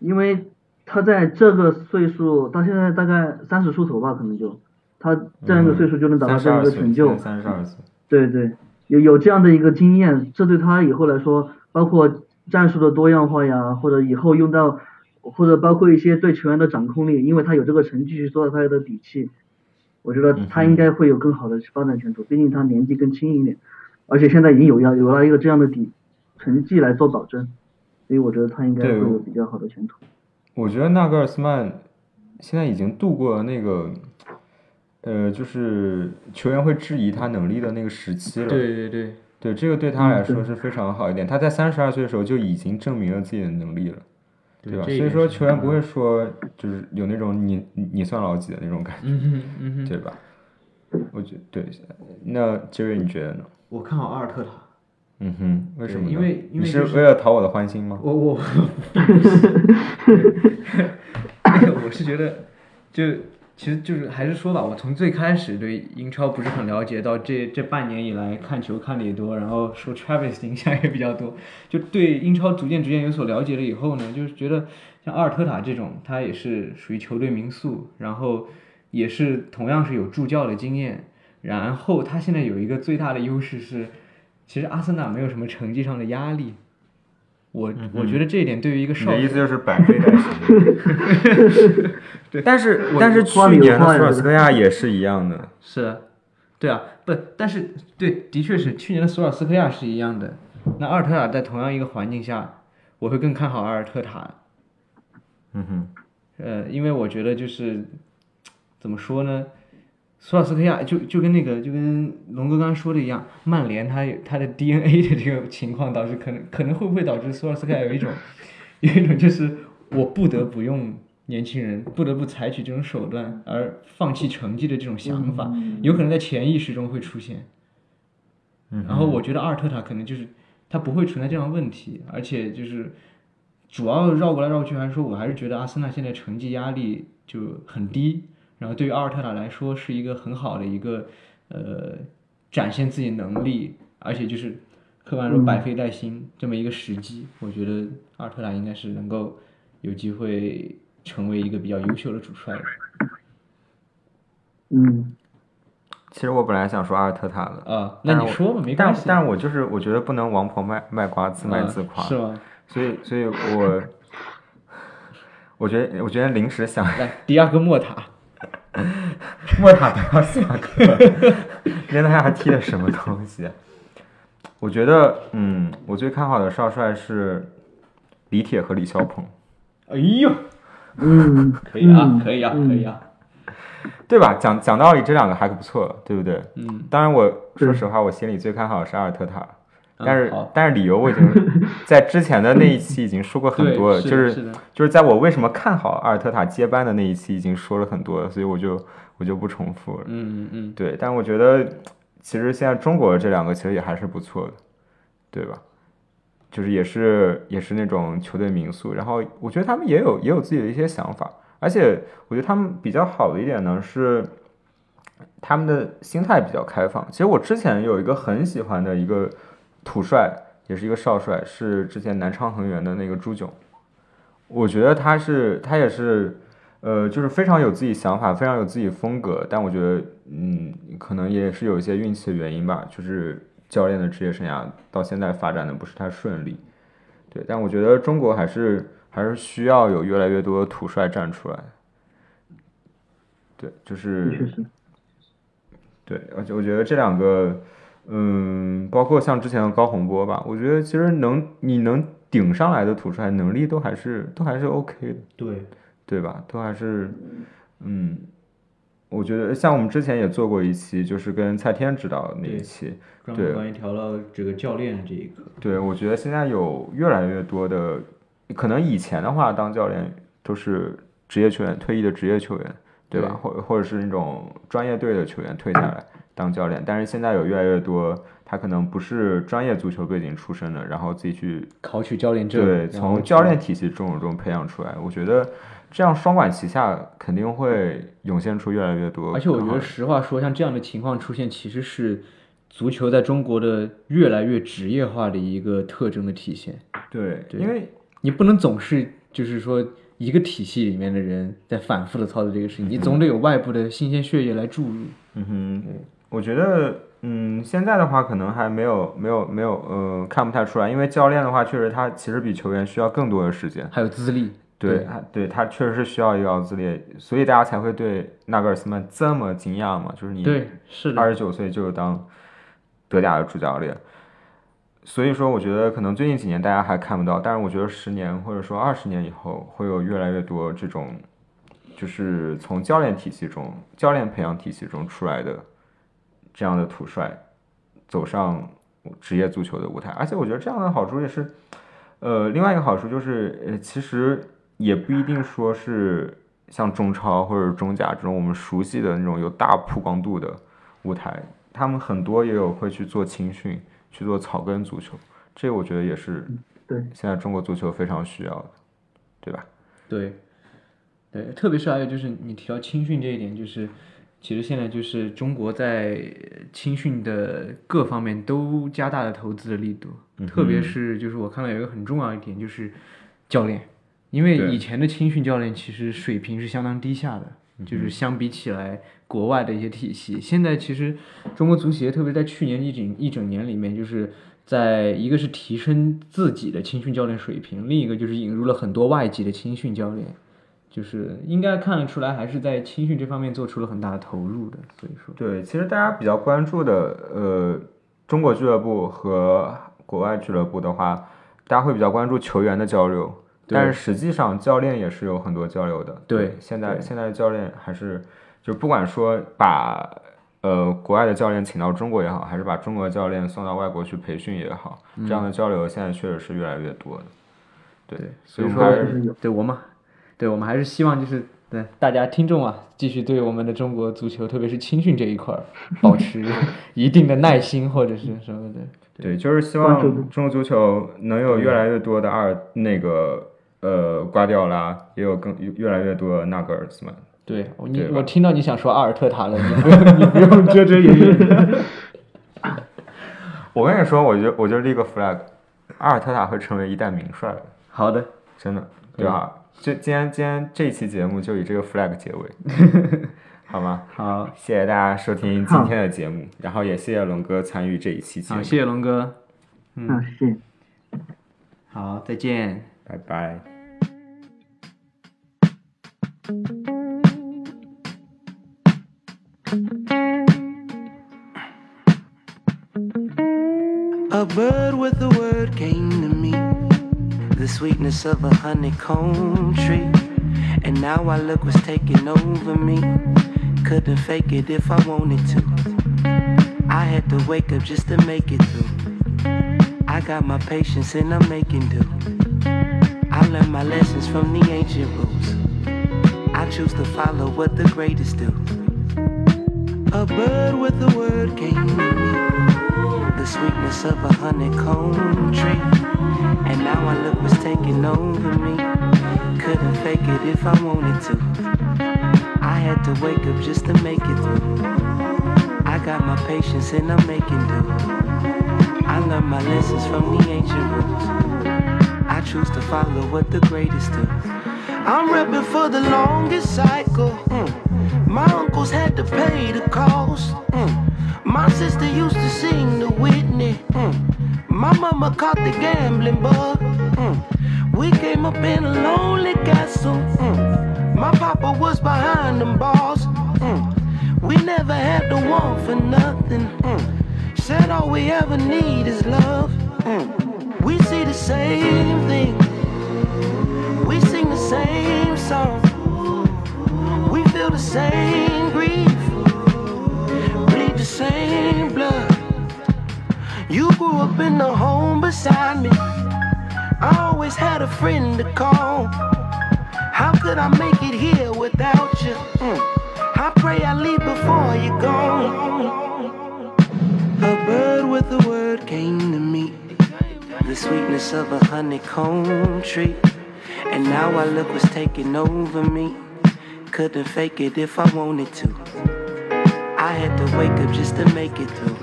S4: 因为他在这个岁数，到现在大概三十出头吧，可能就他这样一个岁数就能达到这样一个成就，
S2: 三十二岁，
S4: 对对，有有这样的一个经验，这对他以后来说，包括战术的多样化呀，或者以后用到，或者包括一些对球员的掌控力，因为他有这个成绩去做到他的底气，我觉得
S2: 嗯
S4: 他应该会有更好的发展前途。毕竟他年纪更轻一点，而且现在已经有要有了一个这样的底成绩来做保证，所以我觉得他应该会
S2: 对
S4: 有比较好的前途。
S2: 我觉得纳格尔斯曼现在已经度过了那个，呃，就是球员会质疑他能力的那个时期了。
S3: 对对对，
S2: 对，这个对他来
S4: 嗯
S2: 说
S4: 对
S2: 是非常好一点。他在三十二岁的时候就已经证明了自己的能力了，对吧？所以说球
S3: 嗯
S2: 员不会说就是有那种你你你算老几的那种感觉，
S3: 嗯哼嗯哼，
S2: 对吧？我觉对，那杰瑞你觉得呢？
S3: 我看好阿尔特塔。
S2: 嗯哼，为什
S3: 对
S2: 么呢？
S3: 因为因为
S2: 你
S3: 就是
S2: 为了讨我的欢心吗？
S3: 我我， 我是觉得，就其实就是还是说吧，我从最开始对英超不是很了解，到这这半年以来看球看的也多，然后受 Travis 影响也比较多，就对英超逐渐逐渐有所了解了以后呢，就是觉得像阿尔特塔这种，他也是属于球队名宿，然后也是同样是有助教的经验，然后他现在有一个最大的优势是，其实阿森纳没有什么成绩上的压力。我我觉得这一点对于一个
S2: 你
S3: 少
S2: 的
S3: 数
S2: 意思就是百废待兴。 对，但是但是去
S4: 话里有
S2: 年的
S4: 话呀
S2: 索尔
S4: 这
S2: 斯
S4: 个
S2: 克亚也是一样的，
S3: 是啊，对啊，不，但是对，的确是去年的索尔斯克亚是一样的。那阿尔特塔在同样一个环境下，我会更看好阿尔特塔。
S2: 嗯哼。
S3: 呃，因为我觉得就是怎么说呢，索尔斯克亚就就跟那个就跟龙哥刚刚说的一样，曼联他有他的 DNA 的这个情况导致可能可能会不会导致索尔斯克亚有一种 有一种就是我不得不用年轻人，不得不采取这种手段而放弃成绩的这种想法，有可能在潜意识中会出现。然后我觉得阿尔特塔可能就是他不会存在这样的问题，而且就是主要绕过来绕去，还是说我还是觉得阿森纳现在成绩压力就很低，然后对于阿尔特塔来说是一个很好的一个呃展现自己能力，而且就是客观来说百废待兴这么一个时机，我觉得阿尔特塔应该是能够有机会成为一个比较优秀的主帅的
S4: 嗯，
S2: 其实我本来想说阿尔特塔的，
S3: 啊。
S2: 但
S3: 那
S2: 是
S3: 你
S2: 我
S3: 说吧，没
S2: 但
S3: 关系，
S2: 但是我就是我觉得不能王婆卖卖瓜，自卖
S3: 啊
S2: 自夸，
S3: 是吗？
S2: 所以所以 我我觉得我觉得临时 想
S3: 来，迪亚哥莫塔。
S2: 莫塔都要下课了，人家还踢的什么东西啊、我觉得，嗯，我最看好的少帅是李铁和李霄鹏，
S3: 哎呦，
S4: 嗯，
S3: 可以啊
S4: 嗯，
S3: 可以啊，
S4: 嗯
S3: 可以啊。
S2: 对吧？讲讲道理，这两个还不错，对不对？
S3: 嗯，
S2: 当然我，说
S4: 对
S2: 实话，我心里最看好的是阿尔特塔，
S3: 嗯
S2: 但是、
S3: 好
S2: 但是理由我已 经在之前的那一期已经说过很
S3: 对
S2: 多了，
S3: 是
S2: 就
S3: 的
S2: 是
S3: 是的
S2: 就是在我为什么看好阿尔特塔接班的那一期已经说了很多了，所以我就我就不重复了。
S3: 嗯嗯嗯，
S2: 对，但我觉得其实现在中国这两个其实也还是不错的，对吧？就是也是也是那种球队名宿，然后我觉得他们也有也有自己的一些想法，而且我觉得他们比较好的一点呢是他们的心态比较开放。其实我之前有一个很喜欢的一个土帅，也是一个少帅，是之前南昌恒源的那个朱炯，我觉得他是他也是。呃，就是非常有自己想法，非常有自己风格，但我觉得，嗯，可能也是有一些运气的原因吧，就是教练的职业生涯到现在发展的不是太顺利，对，但我觉得中国还是还是需要有越来越多的土帅站出来，对，就是
S4: 确实，
S2: 对，而且我觉得这两个，嗯，包括像之前的高洪波吧，我觉得其实能你能顶上来的土帅能力都还是都还是 OK 的，
S3: 对，
S2: 对吧？都还是，嗯，我觉得像我们之前也做过一期，就是跟蔡天指导的那一
S3: 对
S2: 期，
S3: 专
S2: 对
S3: 门关于调到这个教练这一个，
S2: 对，我觉得现在有越来越多的，可能以前的话，当教练都是职业球员退役的职业球员，对吧？
S3: 对
S2: 或或者是那种专业队的球员退下来，当教练，但是现在有越来越多，他可能不是专业足球背景出身的，然后自己去
S3: 考取教练证，
S2: 对
S3: 然后
S2: 从教练体系中中培养出来。我觉得这样双管齐下，肯定会涌现出越来越多更好的。
S3: 而且我觉得，实话说，像这样的情况出现，其实是足球在中国的越来越职业化的一个特征的体现。
S2: 对，
S3: 对
S2: 因为
S3: 你不能总是就是说一个体系里面的人在反复的操作这个事情，你总得有外部的新鲜血液来注入。
S2: 嗯哼，我觉得，嗯，现在的话可能还没有没有没有，呃，看不太出来，因为教练的话，确实他其实比球员需要更多的时间。
S3: 还有资历，
S2: 对，他对他确实是需要一个奥兹列，所以大家才会对纳格尔斯曼这么惊讶嘛，就是你
S3: 对，是
S2: 二
S3: 的，
S2: 十九岁就当德甲的主教练。所以说，我觉得可能最近几年大家还看不到，但是我觉得十年或者说二十年以后，会有越来越多这种，就是从教练体系中、教练培养体系中出来的这样的土帅，走上职业足球的舞台。而且我觉得这样的好处也是，呃，另外一个好处就是，呃，其实也不一定说是像中超或者中甲这种我们熟悉的那种有大曝光度的舞台，他们很多也有会去做青训，去做草根足球，这我觉得也是
S9: 对
S2: 现在中国足球非常需要的，对吧？
S3: 对，对，特别是还有就是你提到青训这一点，就是其实现在就是中国在呃青训的各方面都加大了投资的力度，特别是就是我看到有一个很重要一点就是教练，因为
S2: 对
S3: 以前的青训教练其实水平是相当低下的。就是相比起来，国外的一些体系，现在其实中国足协，特别在去年一整一整年里面，就是在一个是提升自己的青训教练水平，另一个就是引入了很多外籍的青训教练，就是应该看得出来，还是在青训这方面做出了很大的投入的。所以说，
S2: 对，其实大家比较关注的，呃，中国俱乐部和国外俱乐部的话，大家会比较关注球员的交流，
S3: 对
S2: 但是实际上教练也是有很多交流的。
S3: 对
S2: 现在
S3: 对
S2: 现在的教练还是，就不管说把呃国外的教练请到中国也好，还是把中国的教练送到外国去培训也好，
S3: 嗯
S2: 这样的交流现在确实是越来越多的。对，所
S3: 所以
S2: 我们还
S3: 说
S2: 是，
S3: 对我们，对我们还是希望就是对大家听众啊，继续对我们的中国足球，特别是青训这一块儿，保持一定的耐心或者是什么的。
S2: 对，就是希望中国足球能有越来越多的二那个呃瓜迪奥拉，也有更越来越多的纳格尔斯曼。
S3: 对你
S2: 对，吧
S3: 我听到你想说阿尔特塔了，你 不用，你不用遮遮掩掩。
S2: 我跟你说，我就我就立个 flag，阿尔特塔会成为一代名帅的，
S3: 好的，
S2: 真的，对吧？这今天今天这期节目就以这个 flag 结 尾，好吗？
S3: 好，
S2: 谢谢大家收听今天的节目，然后也谢谢龙哥参与这一期节目
S3: 好，，谢谢龙哥，
S4: 啊
S9: 嗯，谢谢。
S3: 好，再见。
S2: 拜拜。
S4: A bird with a word came to me, the sweetness of a honeycomb tree. And now I look what's taking over me. Couldn't fake it if I wanted to. I had to wake up just to make it through. I got my patience and I'm making do. I learned my lessons from the ancient rules. I choose to follow what the greatest do. A bird with a word came to me the sweetness of a honeycomb tree. And now I look what's taking over me. Couldn't fake it if I wanted to. I had to wake up just to make it through. I got my patience and I'm making do. I learned my lessons from the ancient rules. I choose to follow what the greatest do. I'm repping for the longest cycle. mm. My uncles had to pay the cost. mm. My sister used to sing the Whitney. mm. My mama caught the gambling bug. mm. We came up in a lonely castle. mm. My papa was behind them bars. mm. We never had to want for nothing. mm. Said all we ever need is love. mm. We see the same thing. We sing the same song. We feel the same grief. Bleed the same blood. You grew up in the home beside me. I always had a friend to call. How could I make it here without you? Mm. I pray I leave before you're gone. the sweetness of a honeycomb tree. And now I look what's taking over me. Couldn't fake it if I wanted to. I had to wake up just to make it through.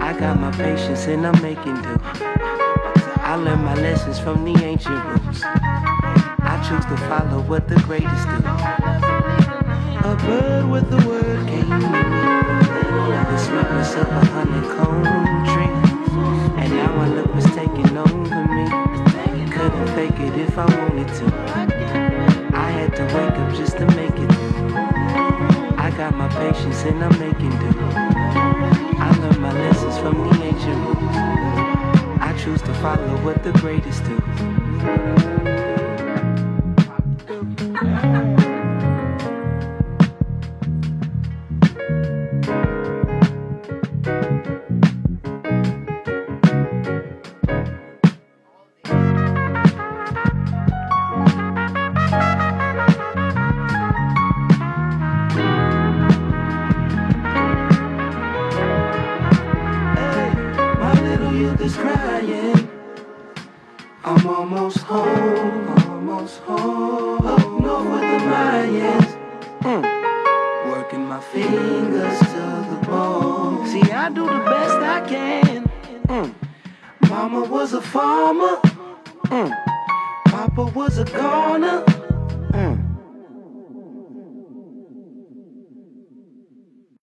S4: I got my patience and I'm making do. I learned my lessons from the ancient roots. I choose to follow what the greatest do. A bird with the word came. The sweetness of a honeycomb tree. And now I look what's taking over me. Couldn't fake it if I wanted to. I had to wake up just to make it. I got my patience and I'm making do. I learned my lessons from the ancient roots. I choose to follow what the greatest do. Hey, my little youth is crying. I'm almost home, almost home. Up north with the Mayans. Working my fingers to the bone. See, I do the best I can. Mm. Mama was a farmer. Mm. Papa was a gardener.